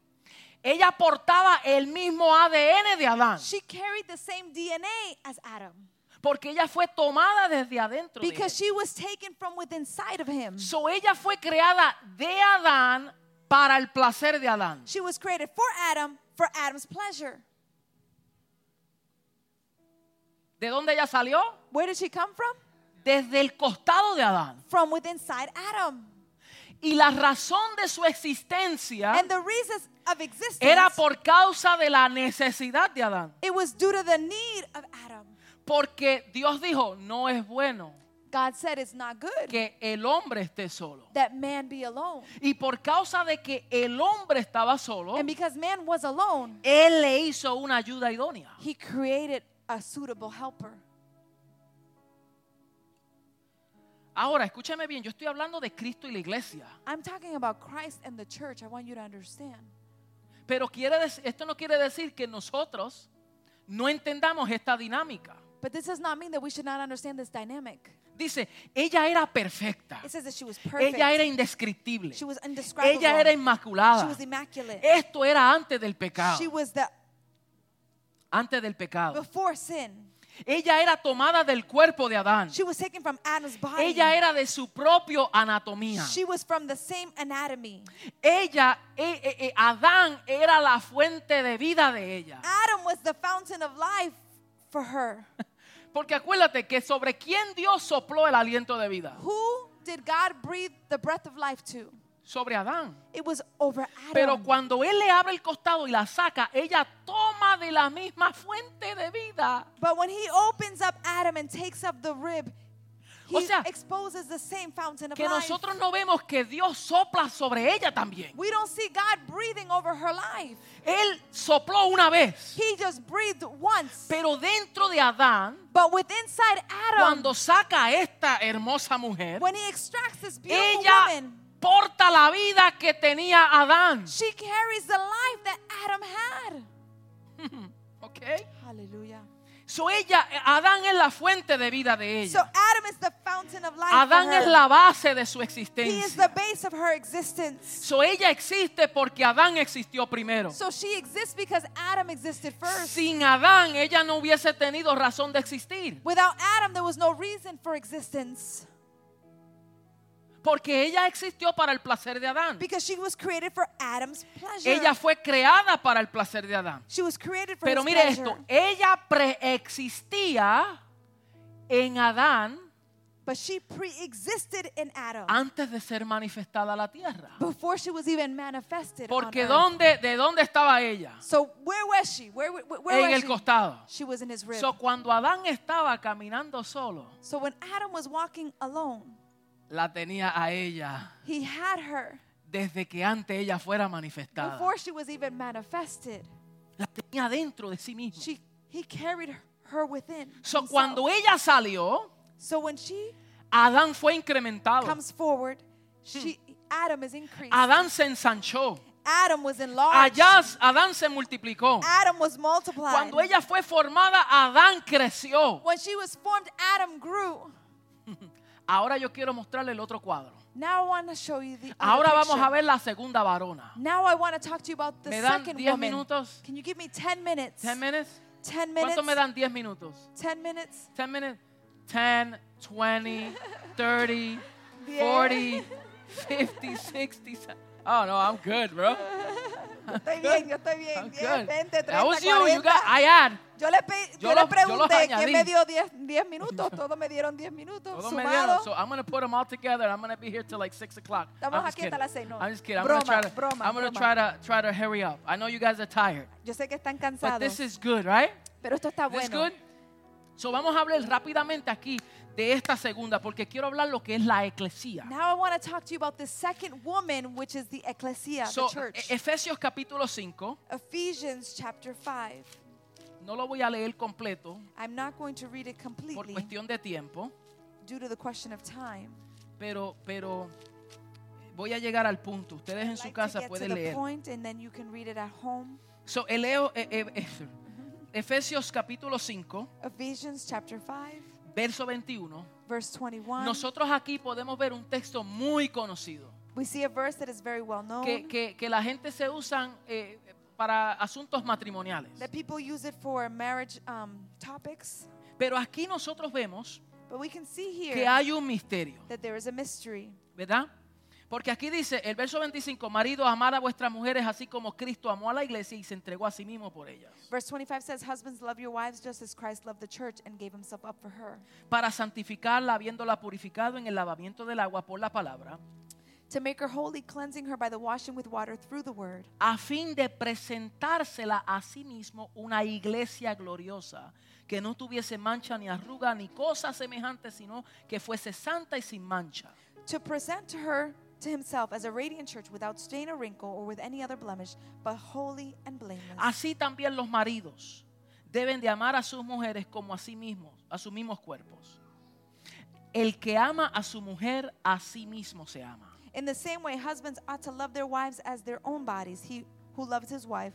Ella portaba el mismo ADN de Adán,
She carried the same DNA as Adam
porque ella fue tomada desde adentro. de
because she was taken from within inside of him.
él. So, ella fue creada de Adán para el placer de Adán.
She was created for Adam for Adam's pleasure.
¿De dónde ella salió?
Where did she come from?
Desde el costado de Adán.
From within side Adam.
Y la razón de su existencia
And the reasons of existence,
era por causa de la necesidad de Adán.
it was due to the need of Adam.
Porque Dios dijo, no es bueno
God said it's not good
que el hombre esté solo.
that man be alone.
Y por causa de que el hombre estaba solo,
And because man was alone,
Él le hizo una ayuda idónea.
he created a suitable helper.
Ahora, escúcheme bien, yo estoy hablando de Cristo y la iglesia.
I'm talking about Christ and the church. I want you to understand.
Pero quiere dec- esto no quiere decir que nosotros no entendamos esta dinámica.
But this does not mean that we should not understand this dynamic.
Dice, ella era perfecta.
It says that she was perfect.
Ella era indescriptible.
she was indescribable.
Ella era
she
inmaculada.
was immaculate.
Esto era antes del pecado.
She was the
Antes del pecado.
before sin.
Ella era tomada del cuerpo de Adán.
She was taken from Adam's body.
Ella era de su propio anatomía.
She was from the same anatomy.
Ella, eh, eh, eh, Adán era la fuente de vida de ella.
Adam was the fountain of life for her.
Porque acuérdate que sobre quién Dios sopló el aliento de vida.
Who did God breathe the breath of life to?
Sobre Adán.
It was over
Pero
Adam.
cuando él le abre el costado y la saca, ella toma de la misma fuente de vida.
but when he opens up Adam and takes up the rib, he
O sea,
exposes the same fountain of
Que
life.
nosotros no vemos que Dios sopla sobre ella también.
we don't see God breathing over her life.
Él sopló una vez.
He just breathed once.
Pero dentro de Adán,
But with inside Adam,
cuando saca a esta hermosa mujer,
when he extracts this beautiful
ella
woman,
porta la vida que tenía Adán.
she carries the life that Adam had.
¿Ok?
Hallelujah.
So ella, Adán es la fuente de vida de
So
ella.
Adam is the fountain of life.
Adán
for her.
es la base de su
He is the
existencia.
base of her existence.
So ella existe porque Adán existió primero.
So she exists because Adam existed first.
Sin Adán ella no hubiese tenido razón de existir,
Without Adam, there was no reason for existence
porque ella existió para el placer de Adán.
because she was created for Adam's pleasure.
Ella fue creada para el placer de Adán.
she was created for
Pero
his
mire
pleasure.
esto, ella preexistía en Adán
But she pre-existed in Adam
antes de ser manifestada a la tierra.
before she was even manifested. on
Porque
earth.
dónde, de dónde estaba ella?
So where was she? Where, where, where
En
was
el
she?
costado.
She was in his rib.
So, cuando Adán estaba caminando solo,
so when Adam was walking alone,
la tenía a ella
he had her
desde que antes ella fuera manifestada.
before she was even manifested.
La tenía dentro de sí misma.
She, he carried her within.
So,
himself.
cuando ella Oh. salió,
so when she
Adán fue incrementado.
comes forward,
Hmm.
she, Adam is increased.
Adán se ensanchó.
Adam was enlarged.
Allá Adán se multiplicó.
Adam was multiplied.
Cuando ella fue formada, Adán creció.
when she was formed, Adam grew.
Ahora yo quiero mostrarle el otro cuadro.
Now I want to show you the. other
Ahora vamos
picture.
a ver la segunda varona.
Now I want to talk to you about the
¿Me dan
second
10
woman.
minutos?
Can you give me 10 minutes?
¿10 minutes?
10 minutes.
¿Cuánto me dan 10 minutos?
10 minutes.
10 minutes, 10, 20, 30,
Yeah.
40, 50, 60. se- Oh no, I'm good, bro.
Estoy bien, yo estoy
I'm
bien. 10,
good.
20, 30,
That was you, you
40.
got, I had.
yo le, pe- yo le
yo los- yo los
pregunté quién
añadí.
me dio 10, 10 minutos. Todos me dieron 10 minutos.
Todos me
sumado.
dieron, so I'm gonna put them all together. I'm gonna be here till like six o'clock.
Estamos
I'm just
aquí hasta
kidding.
las seis, no.
I'm just kidding. I'm
Broma,
gonna try to,
broma,
I'm gonna
broma.
try to try to hurry up. I know you guys are tired,
yo sé que están
but
cansados.
this is good, right?
pero esto está
This
bueno.
good. So vamos a hablar rápidamente aquí de esta segunda, porque quiero hablar lo que es la eclesía.
Now I want to talk to you about the second woman, which is the ecclesia,
So,
the church.
E- Efesios capítulo 5,
Ephesians chapter 5.
no lo voy a leer completo
I'm not going to read it
por
completely
cuestión de tiempo,
due to the question of time.
pero, pero voy a llegar al punto. Ustedes en
I'd
su
like
casa
to get
pueden
to
leer.
the point and then you can read it at home.
So, eleo, e- e- e- Efesios capítulo 5,
Ephesians chapter 5,
verso 21.
verse 21.
Nosotros aquí podemos ver un texto muy conocido,
we see a verse that is very well known
que, que- que la gente se usan eh, para asuntos matrimoniales.
that people use it for marriage um, topics,
Pero aquí nosotros vemos
but we can see here
que hay un misterio,
that there is a mystery.
¿verdad? Porque aquí dice el verso 25, marido, amar a vuestras mujeres así como Cristo amó a la iglesia y se entregó a sí mismo por ellas.
Verse 25 says, Husbands, love your wives just as Christ loved the church and gave himself up for her,
Para santificarla, habiéndola purificado en el lavamiento del agua por la palabra,
to make her holy, cleansing her by the washing with water through the word,
a fin de presentársela a sí mismo una iglesia gloriosa, que no tuviese mancha ni arruga ni cosa semejante, sino que fuese santa y sin mancha.
to present to her to himself as a radiant church without stain or wrinkle or with any other blemish, but holy and blameless.
Así también los maridos deben de amar a sus mujeres como a sí mismos, a sus mismos cuerpos. El que ama a su mujer, a sí mismo se ama.
In the same way, husbands ought to love their wives as their own bodies. He who loves his wife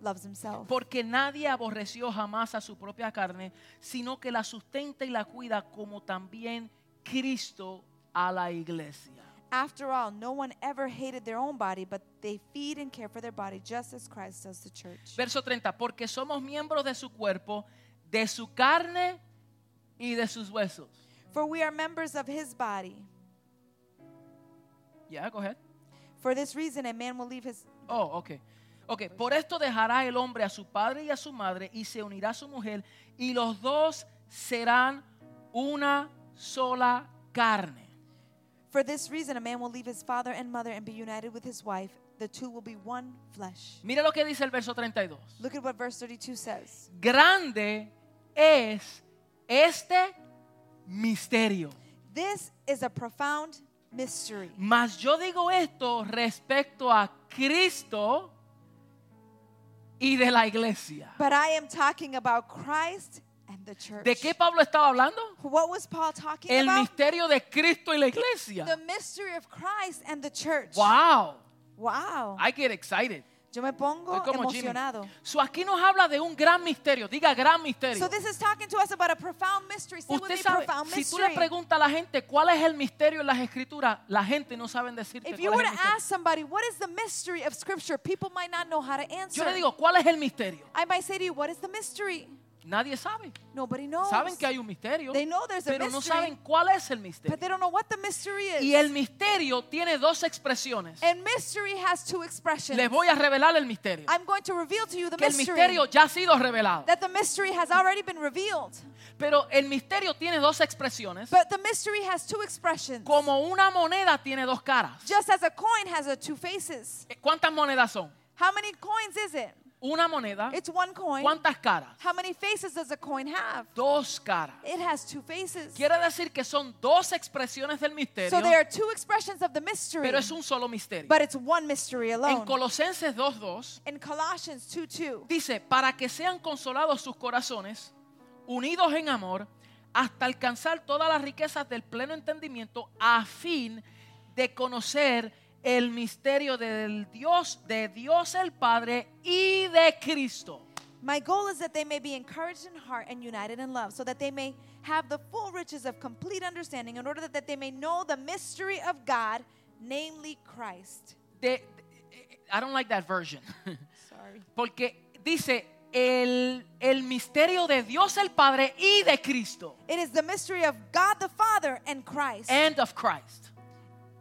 loves himself.
Porque nadie aborreció jamás a su propia carne, sino que la sustenta y la cuida como también Cristo a la iglesia.
After all, no one ever hated their own body, but they feed and care for their body just as Christ does the church.
Verso 30, porque somos miembros de su cuerpo, de su carne y de sus huesos.
For we are members of his body.
Ya, go ahead.
For this reason, a man will leave his.
Oh, ok. Ok, por esto dejará el hombre a su padre y a su madre y se unirá a su mujer y los dos serán una sola carne.
For this reason, a man will leave his father and mother and be united with his wife. The two will be one flesh.
Mira lo que dice el verso 32.
Look at what verse 32 says.
Grande es este misterio.
This is a profound mystery.
Mas yo digo esto respecto a Cristo y de la iglesia.
But I am talking about Christ and the church.
¿De qué Pablo estaba hablando?
What was Paul talking
El
about?
misterio de Cristo y la iglesia.
The mystery of Christ and the church.
Wow,
Wow.
I get excited.
Yo me pongo
Estoy como Jimmy.
Oh, emocionado.
So aquí nos habla de un gran misterio. Diga gran misterio.
So this is talking to us about a profound mystery. Say with
Usted
me,
sabe,
profound
si tú
mystery.
le preguntas a la gente cuál es el misterio en las escrituras, la gente no sabe decirte
if
cuál
you
es
were
el
to
misterio.
ask somebody what is the mystery of Scripture, people might not know how to answer.
Yo le digo, ¿cuál es el misterio?
I might say to you, what is the mystery?
Nadie sabe.
Nobody knows.
Saben que hay un misterio,
They know there's a
pero no
mystery.
saben cuál es el misterio.
but they don't know what the mystery is.
Y el misterio tiene dos expresiones.
and mystery has two expressions.
Les voy a revelar el misterio.
I'm going to reveal to you the
Que el
mystery.
misterio ya ha sido revelado.
that the mystery has already been revealed.
Pero el misterio tiene dos expresiones.
But the mystery has two expressions.
Como una moneda tiene dos caras.
Just as a coin has a two faces.
Eh, ¿Cuántas monedas son?
How many coins is it?
Una moneda.
It's one coin.
¿Cuántas caras?
How many faces does a coin have?
Dos caras.
It has two faces.
Quiere decir que son dos expresiones del misterio,
So there are two expressions of the mystery,
pero es un solo misterio.
but it's one mystery
En
alone.
Colosenses 2.2
In Colossians 2 2,
dice, para que sean consolados sus corazones, unidos en amor, hasta alcanzar todas las riquezas del pleno entendimiento, a fin de conocer el misterio del Dios, de Dios el Padre y de Cristo.
my goal is that they may be encouraged in heart and united in love, so that they may have the full riches of complete understanding, in order that, that they may know the mystery of God, namely Christ.
De- de- eh, I don't like that version.
Sorry.
Porque dice el, el misterio de Dios el Padre y de Cristo.
It is the mystery of God the Father and Christ,
And of Christ.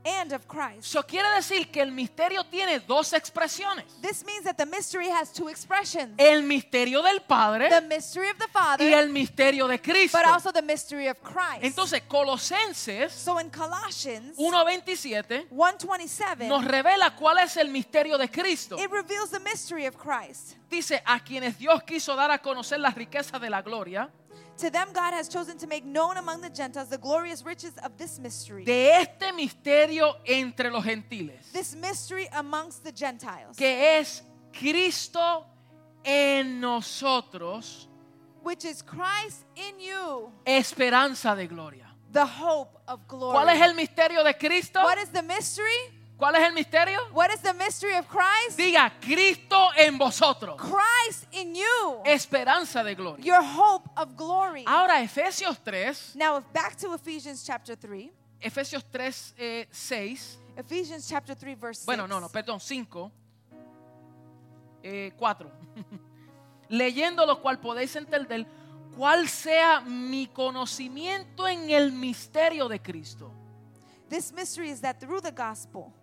and of Christ.
Eso quiere decir que el misterio tiene dos expresiones.
This means that the mystery has two expressions
El misterio del
the
Padre
mystery of the
Eh. y
Father,
el misterio de Cristo.
but also the mystery of Christ.
Entonces, Colosenses
So in Colossians
1.27 nos
1:27,
revela cuál es el misterio de Cristo.
it reveals the mystery of Christ.
Dice, a quienes Dios quiso dar a conocer las riquezas de la gloria
To them God has chosen to make known among the Gentiles the glorious riches of this mystery.
de este misterio entre los gentiles.
This mystery amongst the Gentiles,
que es Cristo en nosotros,
which is Christ in you,
esperanza de gloria.
the hope of glory.
¿Cuál es el misterio de Cristo?
what is the mystery?
¿Cuál es el misterio?
What is the mystery of Christ?
Diga, Cristo en vosotros,
Christ in you,
esperanza de gloria.
your hope of glory.
Ahora, Efesios 3,
Now, if back to Ephesians chapter 3,
Efesios 3, eh, 6,
Ephesians chapter 3, verse 6.
bueno, no, no, perdón, 5, 4. Leyendo lo cual podéis entender cuál sea mi conocimiento en el misterio de Cristo.
This mystery is that through the gospel,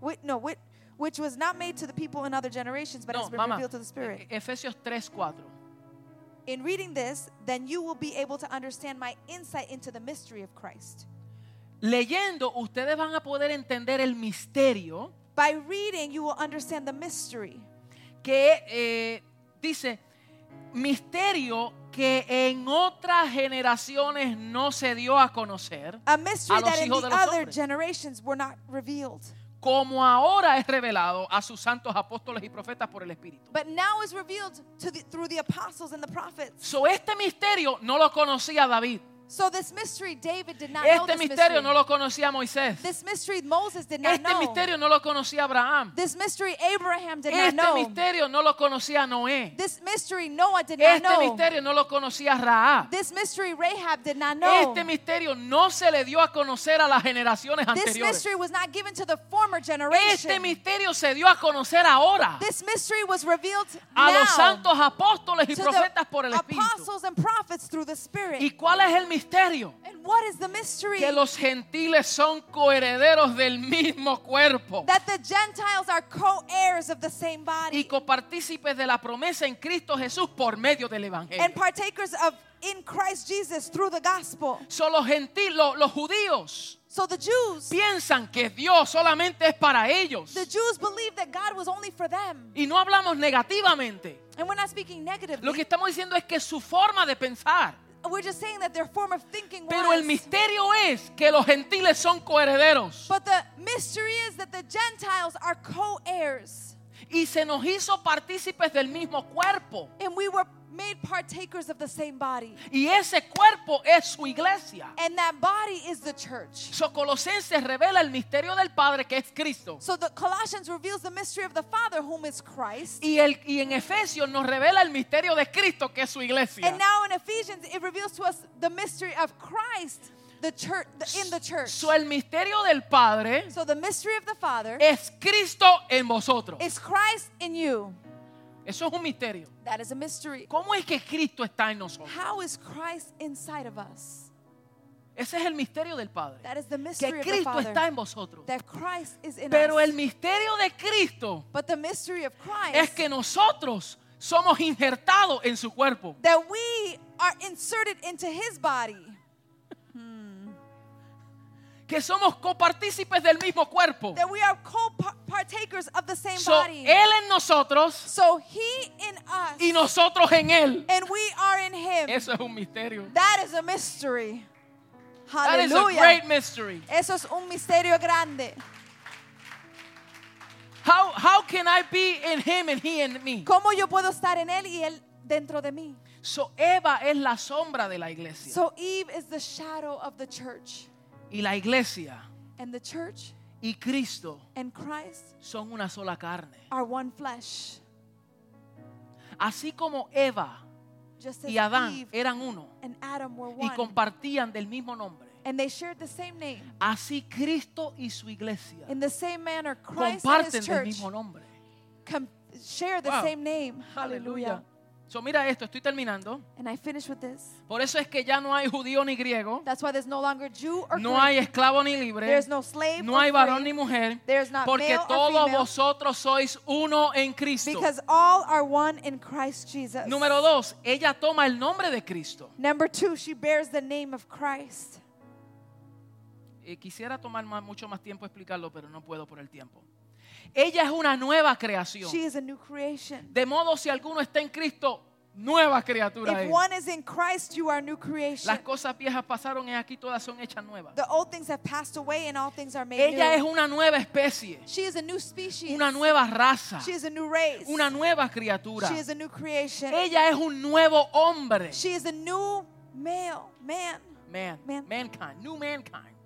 whi- no, whi- which was not made to the people in other generations, but
No,
has been
mamá,
revealed to the Spirit.
e- Efesios 3, 4.
In reading this, then you will be able to understand my insight into the mystery of Christ.
Leyendo, ustedes van a poder entender el misterio
By reading, you will understand the mystery.
que eh, dice, misterio que en otras generaciones no se dio a conocer,
A mystery
A los
that in the
hijos de los
other
hombres.
generations were not revealed,
como ahora es revelado a sus santos apóstoles y profetas por el Espíritu.
but now is revealed to the, through the apostles and the prophets.
So, este misterio no lo conocía David.
So this mystery, David did not know
Este
this mystery.
misterio no lo conocía Moisés.
This mystery, Moses did not
Este
know.
misterio no lo conocía Abraham.
This mystery, Abraham did not
Este
know.
misterio no lo conocía Noé.
This mystery, Noah did not
Este
know.
misterio no lo conocía Raab.
This mystery, Rahab did not know.
Este misterio no se le dio a conocer a las generaciones
this
anteriores.
mystery was not given to the former generation.
Este misterio se dio a conocer ahora
this mystery was revealed
a
now
los santos apóstoles y
to
profetas
the
por el Espíritu.
apostles and prophets through the Spirit.
¿Y cuál es el misterio?
and what is the mystery?
Que los gentiles son coherederos del mismo cuerpo
that the Gentiles are co-heirs of the same
y
body
copartícipes de la promesa en Cristo Jesús por medio
and
del Evangelio.
partakers of in Christ Jesus through the gospel.
Son los gentiles, los, los judíos
So the Jews,
piensan que Dios solamente es para ellos
the Jews believed that God was only for them.
y no hablamos negativamente.
And we're not speaking
Lo que
negatively.
estamos diciendo es que su forma de pensar.
We're just saying that their form of thinking
Pero el
was.
misterio es que los gentiles son coherederos.
But the mystery is that the Gentiles are co-heirs.
y se nos hizo partícipes del mismo cuerpo.
And we were made partakers of the same body.
Y ese cuerpo es su iglesia.
And that body is the church.
So, Colosenses revela el misterio del Padre que es Cristo.
So the Colossians reveals the mystery of the Father, whom is Christ.
Y, el, y en Efesios nos revela el misterio de Cristo que es su iglesia.
And now in Ephesians, it reveals to us the mystery of Christ, the church the, in the church.
So, el misterio del Padre
So the mystery of the Father
es Cristo en vosotros.
is Christ in you.
Eso es un misterio.
That is a mystery.
¿Cómo es que Cristo está en nosotros?
How is Christ inside of us?
Ese es el misterio del Padre.
That is the mystery
Que
of the
Cristo
Father.
está en vosotros.
That Christ is in
Pero
us.
el misterio de Cristo
but the mystery of Christ
es que nosotros somos injertados en su cuerpo.
that we are inserted into his body.
que somos copartícipes del mismo cuerpo.
That we are co-partakers of the same
So,
body.
él en nosotros
so he in us
y nosotros en él.
and we are in him.
Eso es un misterio.
That is a mystery.
That is a
Hallelujah.
great mystery.
Eso es un misterio grande.
How, how can I be in him and he in me?
¿Cómo yo puedo estar en él y él dentro de mí?
So Eva es la sombra de la iglesia
So Eve is the shadow of the church.
y la iglesia
And the church
y Cristo
and Christ
son una sola carne.
are one flesh.
Así como Eva
Just as
y Adán
Eve
eran uno
and Adam were
y
one.
compartían del mismo nombre,
and they shared the same name.
así Cristo y su iglesia
In the same manner, Christ and
comparten
his
del
church
mismo nombre.
com- share the
Wow.
same name.
Aleluya. So mira esto, estoy terminando.
And I finish with this.
Por eso es que ya no hay judío ni griego,
That's why there's no longer Jew or
no
Greek.
hay esclavo ni libre,
there's no slave
no
or
hay varón ni
free,
mujer,
There's not
porque
male or
todos
female.
vosotros sois uno en Cristo.
because all are one in Christ Jesus.
Número dos, ella toma el nombre de Cristo.
Number two, she bears the name of Christ.
Eh, quisiera tomar más- mucho más tiempo explicarlo, pero no puedo por el tiempo. Ella es una nueva creación.
She is a new creation.
De modo si alguno está en Cristo, nueva criatura
If
es.
one is in Christ, you are a new creation.
Las cosas viejas pasaron y aquí todas son hechas nuevas.
The old things have passed away and all things are made
Ella es
new.
una nueva especie.
She is a new species.
una nueva raza,
she is a new race.
una nueva criatura.
she is a new creation.
Ella es un nuevo hombre.
she is a new male, man.
Man,
Man.
mankind, new mankind.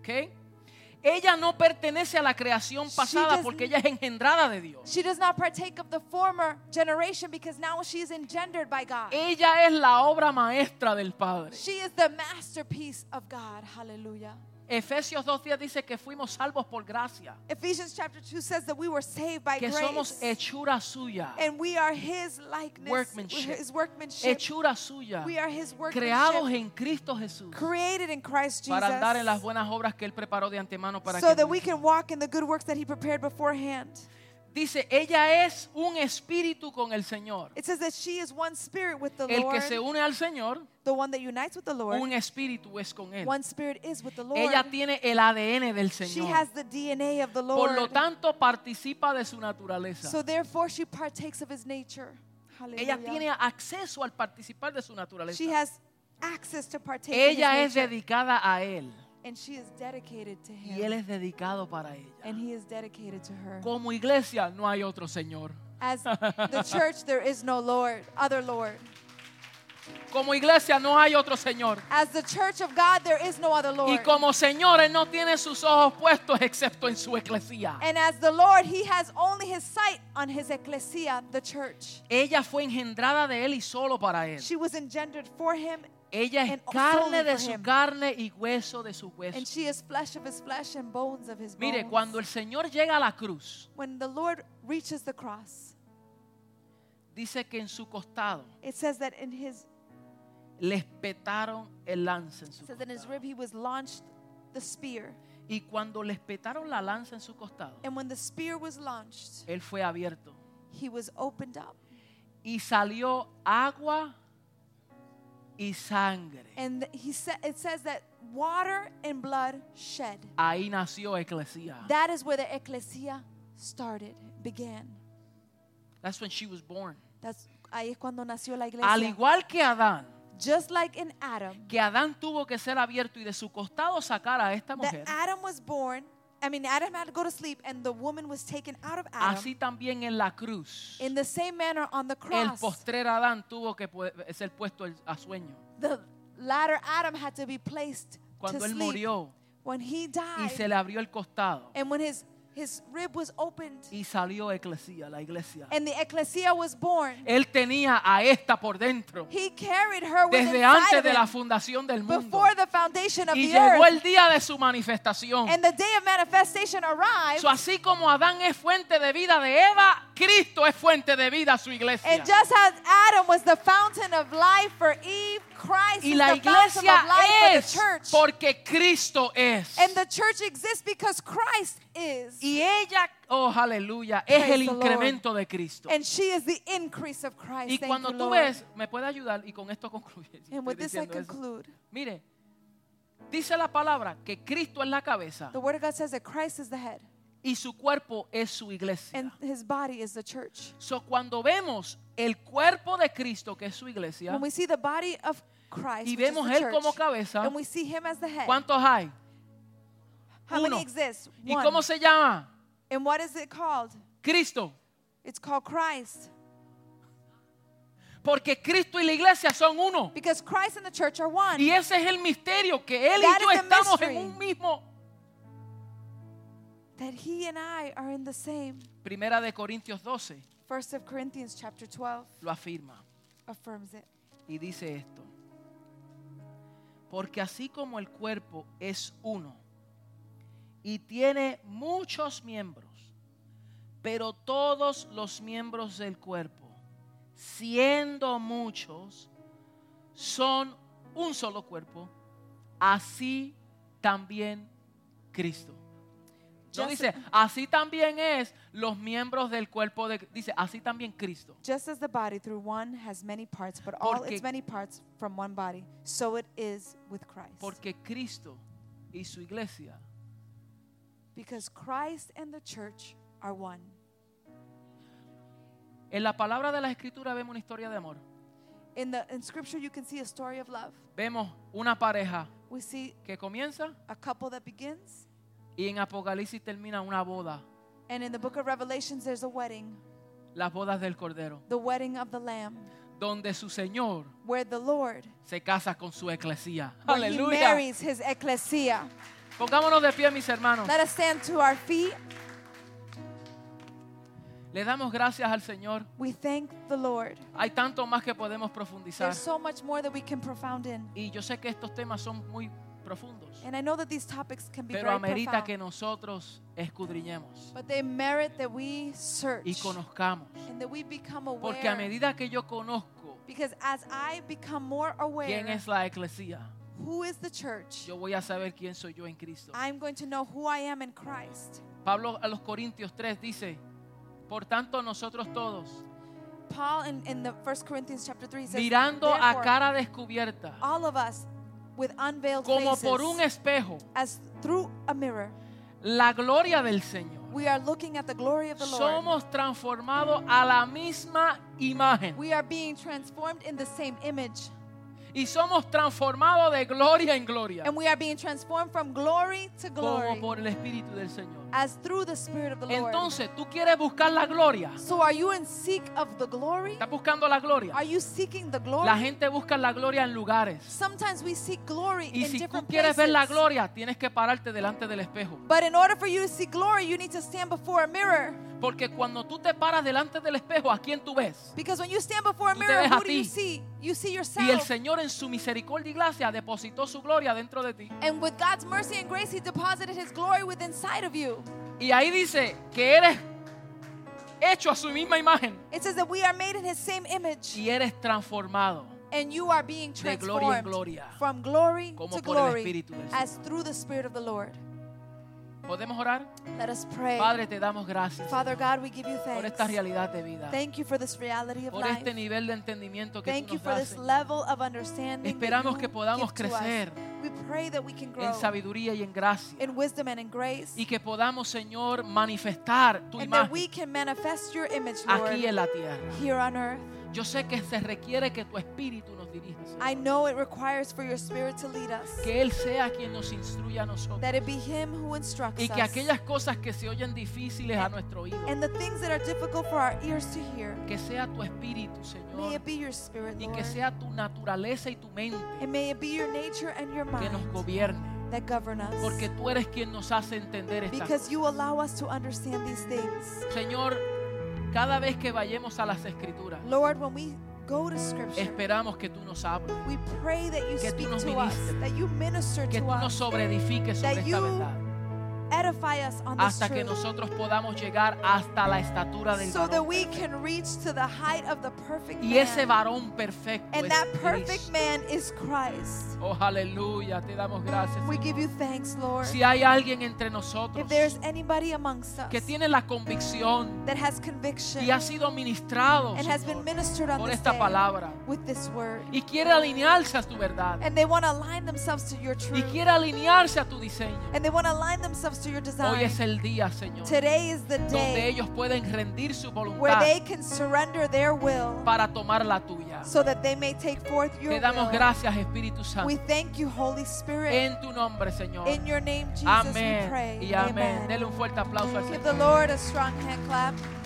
¿Ok? Ella no pertenece a la creación
She
pasada
doesn't-
porque ella es engendrada de Dios.
She does not partake of the former generation because now she is engendered by God.
Ella es la obra maestra del Padre.
She is the masterpiece of God. Hallelujah.
Efesios 2.10 dice que fuimos salvos por gracia,
Ephesians chapter 2 says that we were saved by
que somos
grace.
hechura suya,
And we are his likeness,
Workmanship.
his workmanship.
hechura suya,
We are his
creados
workmanship,
en Cristo Jesús,
created in Christ Jesus,
para andar en las buenas obras que Él preparó de antemano para
so
que
that we
anduviésemos.
can walk in the good works that he prepared beforehand.
Dice, ella es un espíritu con el Señor.
It says that she is one spirit with the
El que
Lord,
se une al Señor,
the one that unites with the Lord.
un espíritu es con Él.
One spirit is with the Lord.
Ella tiene el ADN del
she has
Señor.
the DNA of the Lord.
Por lo tanto, participa de su naturaleza.
so therefore she partakes of his nature.
Ella
Hallelujah.
tiene acceso al participar de su
she
naturaleza.
has access to partake of
Ella
his
es
nature,
dedicada a Él
and she is dedicated to him.
y Él es dedicado para ella.
and he is dedicated to her.
Como iglesia no hay otro Señor.
As the church, there is no Lord, other Lord.
Como iglesia no hay otro Señor.
As the church of God, there is no other Lord.
Y como Señor, Él no tiene sus ojos puestos excepto en su iglesia.
and as the Lord, he has only his sight on his ecclesia, the church.
Ella fue engendrada de Él y solo para Él.
She was engendered for him,
Ella es
and solely
carne de
for
su
him.
carne y hueso de sus
and
huesos.
she is flesh of his flesh and bones of his
Mire,
bones.
cuando el Señor llega a la cruz,
when the Lord reaches the cross,
dice que en su costado
it says that in his
le espetaron el lanza en su
it says that in his
costado.
rib he was launched the spear,
Y cuando le espetaron la lanza en su costado,
and when the spear was launched,
Él fue abierto.
he was opened up,
Y salió agua y sangre.
and he said it says that water and blood shed.
Ahí nació Eclesía.
That is where the ecclesia started, began.
That's when she was born.
That's ahí es cuando nació la iglesia.
Al igual que Adán,
Just like in Adam,
que Adán tuvo que ser abierto y de su costado sacar a esta
that
mujer,
Adam was born. I mean, Adam had to go to sleep, and the woman was taken out of Adam.
así también en la cruz,
in the same manner on the
el
cross,
postrer Adán tuvo que pu- ser puesto el- a sueño.
the latter Adam had to be placed
Cuando
to
él
sleep.
murió
when he
y
died,
se le abrió el costado
and when his his rib was opened,
y salió Eclesía, la iglesia.
and the ecclesia was born,
Él tenía a esta por dentro
he carried her with
desde
inside
antes
of
de
him
la fundación del mundo.
before the foundation of
Y
the earth.
llegó el día de su manifestación.
And the day of manifestation arrived.
So, así como Adán es fuente de vida de Eva, Cristo es fuente de vida a su iglesia.
and just as Adam was the fountain of life for Eve, Christ
Y
is
la
the fountain of
iglesia
life
es
for the church.
porque Cristo es.
and the church exists because Christ is.
Y ella, oh aleluya, es
Praise
el
the Lord.
incremento de Cristo.
and she is the increase of Christ.
Y
Thank
cuando
you,
tú
Lord.
ves, me puede ayudar y con esto concluye. si
and
estoy
with this I
diciendo eso.
conclude.
Mire, dice la palabra que Cristo es la cabeza
The word of God says that Christ is the head
y su cuerpo es su
and
iglesia.
his body is the church.
So cuando vemos el cuerpo de Cristo que es su iglesia
When we see the body of Christ,
y
which is
vemos
the
él como
church,
cabeza,
and we see him as the head,
¿cuántos hay?
how
uno.
many exist?
¿Y
One.
cómo se llama?
and what is it called?
Cristo.
It's called Christ.
Porque Cristo y la iglesia son uno.
Because Christ and the church are one.
Y ese es el misterio, que él
That
y yo
is the
estamos en
mystery.
un mismo.
That he and I are in the same.
Primera de Corintios 12
First of Corinthians chapter 12
lo afirma
affirms it.
y dice esto. Porque así como el cuerpo es uno y tiene muchos miembros, pero todos los miembros del cuerpo, siendo muchos, son un solo cuerpo, así también Cristo. No
Just-
dice, así también es los miembros del cuerpo de... Dice, así también Cristo.
Just as the body through one has many parts, but all
Porque-
its many parts from one body, so it is with Christ.
Porque Cristo y su iglesia
because Christ and the church are one.
En la palabra de la escritura vemos una historia de amor.
In the in scripture you can see a story of love.
Vemos una pareja
We see
que comienza
a couple that begins
y en Apocalipsis termina una boda,
and in the book of Revelations there's a wedding,
las bodas del Cordero,
the wedding of the lamb,
donde su Señor
where the Lord
se casa con su eclesía.
where he
Aleluya.
marries his ecclesia.
Pongámonos de pie, mis hermanos.
Let us stand to our feet.
Le damos gracias al Señor.
We thank the Lord.
Hay tanto más que podemos profundizar.
There's so much more that we can profound in.
Y yo sé que estos temas son muy profundos,
And I know that these topics can be
pero
very
amerita
profound,
que nosotros escudriñemos
but they merit that we search
y conozcamos.
and that we become
Porque a
aware.
medida que yo conozco
Because as I become more
quién
aware
es la iglesia,
who is the church,
yo voy a saber quién soy yo en Cristo.
I'm going to know who I am in Christ.
Pablo a los Corintios 3 dice, por tanto nosotros todos,
Paul in, in the First Corinthians chapter 3 says,
mirando a
"Therefore,
cara descubierta,
all of us with unveiled
como
faces,
por un espejo,
as through a mirror,
la gloria del Señor.
we are looking at the glory of the Lord.
Somos transformados a la misma imagen
We are being transformed in the same image.
y somos transformados de gloria en gloria,
And we are being transformed from glory to
como
glory
por el Espíritu del Señor.
as through the Spirit of the Lord.
Entonces, ¿tú quieres buscar la gloria?
so are you in seek of the glory?
¿Estás buscando la gloria?
Are you seeking the glory?
La gente busca la gloria en lugares.
Sometimes we seek glory
Y
in
si tú
different
quieres
places.
ver la gloria, tienes que pararte delante del espejo.
But in order for you to see glory, you need to stand before a mirror.
Porque cuando tú te paras delante del espejo, ¿a quién tú ves?
Because when you stand before a
Tú te
mirror,
ves a
who do you
ti.
see? You see
Y el
yourself.
Señor en su misericordia y gracia depositó su gloria dentro de ti.
And with God's mercy and grace, He deposited His glory within inside of you.
Y ahí dice que eres hecho a su misma imagen
It says that we are made in His same image,
y eres transformado.
and you are being
De gloria
transformed
en gloria.
from glory
Como
to
por el
glory,
Espíritu del Señor.
as through the Spirit of the Lord.
¿Podemos orar?
Let us pray.
Padre, te damos gracias
Father God, we give you
por esta
thanks.
realidad de vida,
Thank you for this reality of
por
life.
este nivel de entendimiento que
Thank you
tú nos
for
das
this level of understanding. that
Esperamos
you
que podamos
give to us.
crecer
We pray that we can grow
en sabiduría y en gracia.
in wisdom and in grace,
Y que podamos, Señor, manifestar tu
and that we
imagen
can manifest your image, Lord,
aquí en la tierra.
here on earth.
Yo sé que se requiere que tu espíritu nos dirija, Señor.
I know it requires for your Spirit to lead us,
que Él sea quien nos instruya a nosotros.
that it be Him who instructs
Y que
us,
aquellas cosas que se oyen difíciles a nuestro oído,
and the things that are difficult for our ears to hear,
que sea tu espíritu,
may
Señor,
it be your Spirit,
y
Lord,
que sea tu naturaleza y tu mente
and may it be your nature and your
que
mind
nos gobierne.
that govern us,
Porque tú eres quien nos hace entender estas
because
cosas.
you allow us to understand these things,
Señor, cada vez que vayamos a las escrituras,
Lord. When we go to Scripture.
esperamos que tú nos hables,
We pray that you
Que tú
speak
nos
to us,
ministres.
that you minister
que
to
tú nos
us,
sobreedifiques sobre
that
esta
you
verdad,
edify us on this
hasta que
truth,
nosotros podamos llegar hasta la estatura del
so that
varón
we
perfecto.
can reach to the height of the perfect
Y ese
man.
varón perfecto
And
es
that
Cristo.
perfect man is Christ.
Oh, aleluya, te damos gracias.
We
Señor.
give you thanks, Lord.
Si hay alguien entre nosotros
If there's anybody amongst us
que tiene la convicción
that has conviction
y ha sido ministrado
and has been
Señor,
ministered on
por
this
esta
day
palabra
with this word,
y quiere alinearse a tu verdad
and they want to align themselves to your
y
truth,
quiere alinearse a tu diseño,
and they want to align themselves to your
hoy
design,
es el día, Señor,
today is the
donde
day
ellos pueden rendir su
where
voluntad
they can surrender their will.
para tomar la tuya.
so that they may take forth your
Te damos
will.
gracias, Espíritu
We
Santo,
thank you, Holy Spirit.
en tu nombre, Señor.
In your name, Jesus, we
Amén
pray.
y amén. Dele un fuerte aplauso al
Give
Señor.
the Lord a strong hand clap.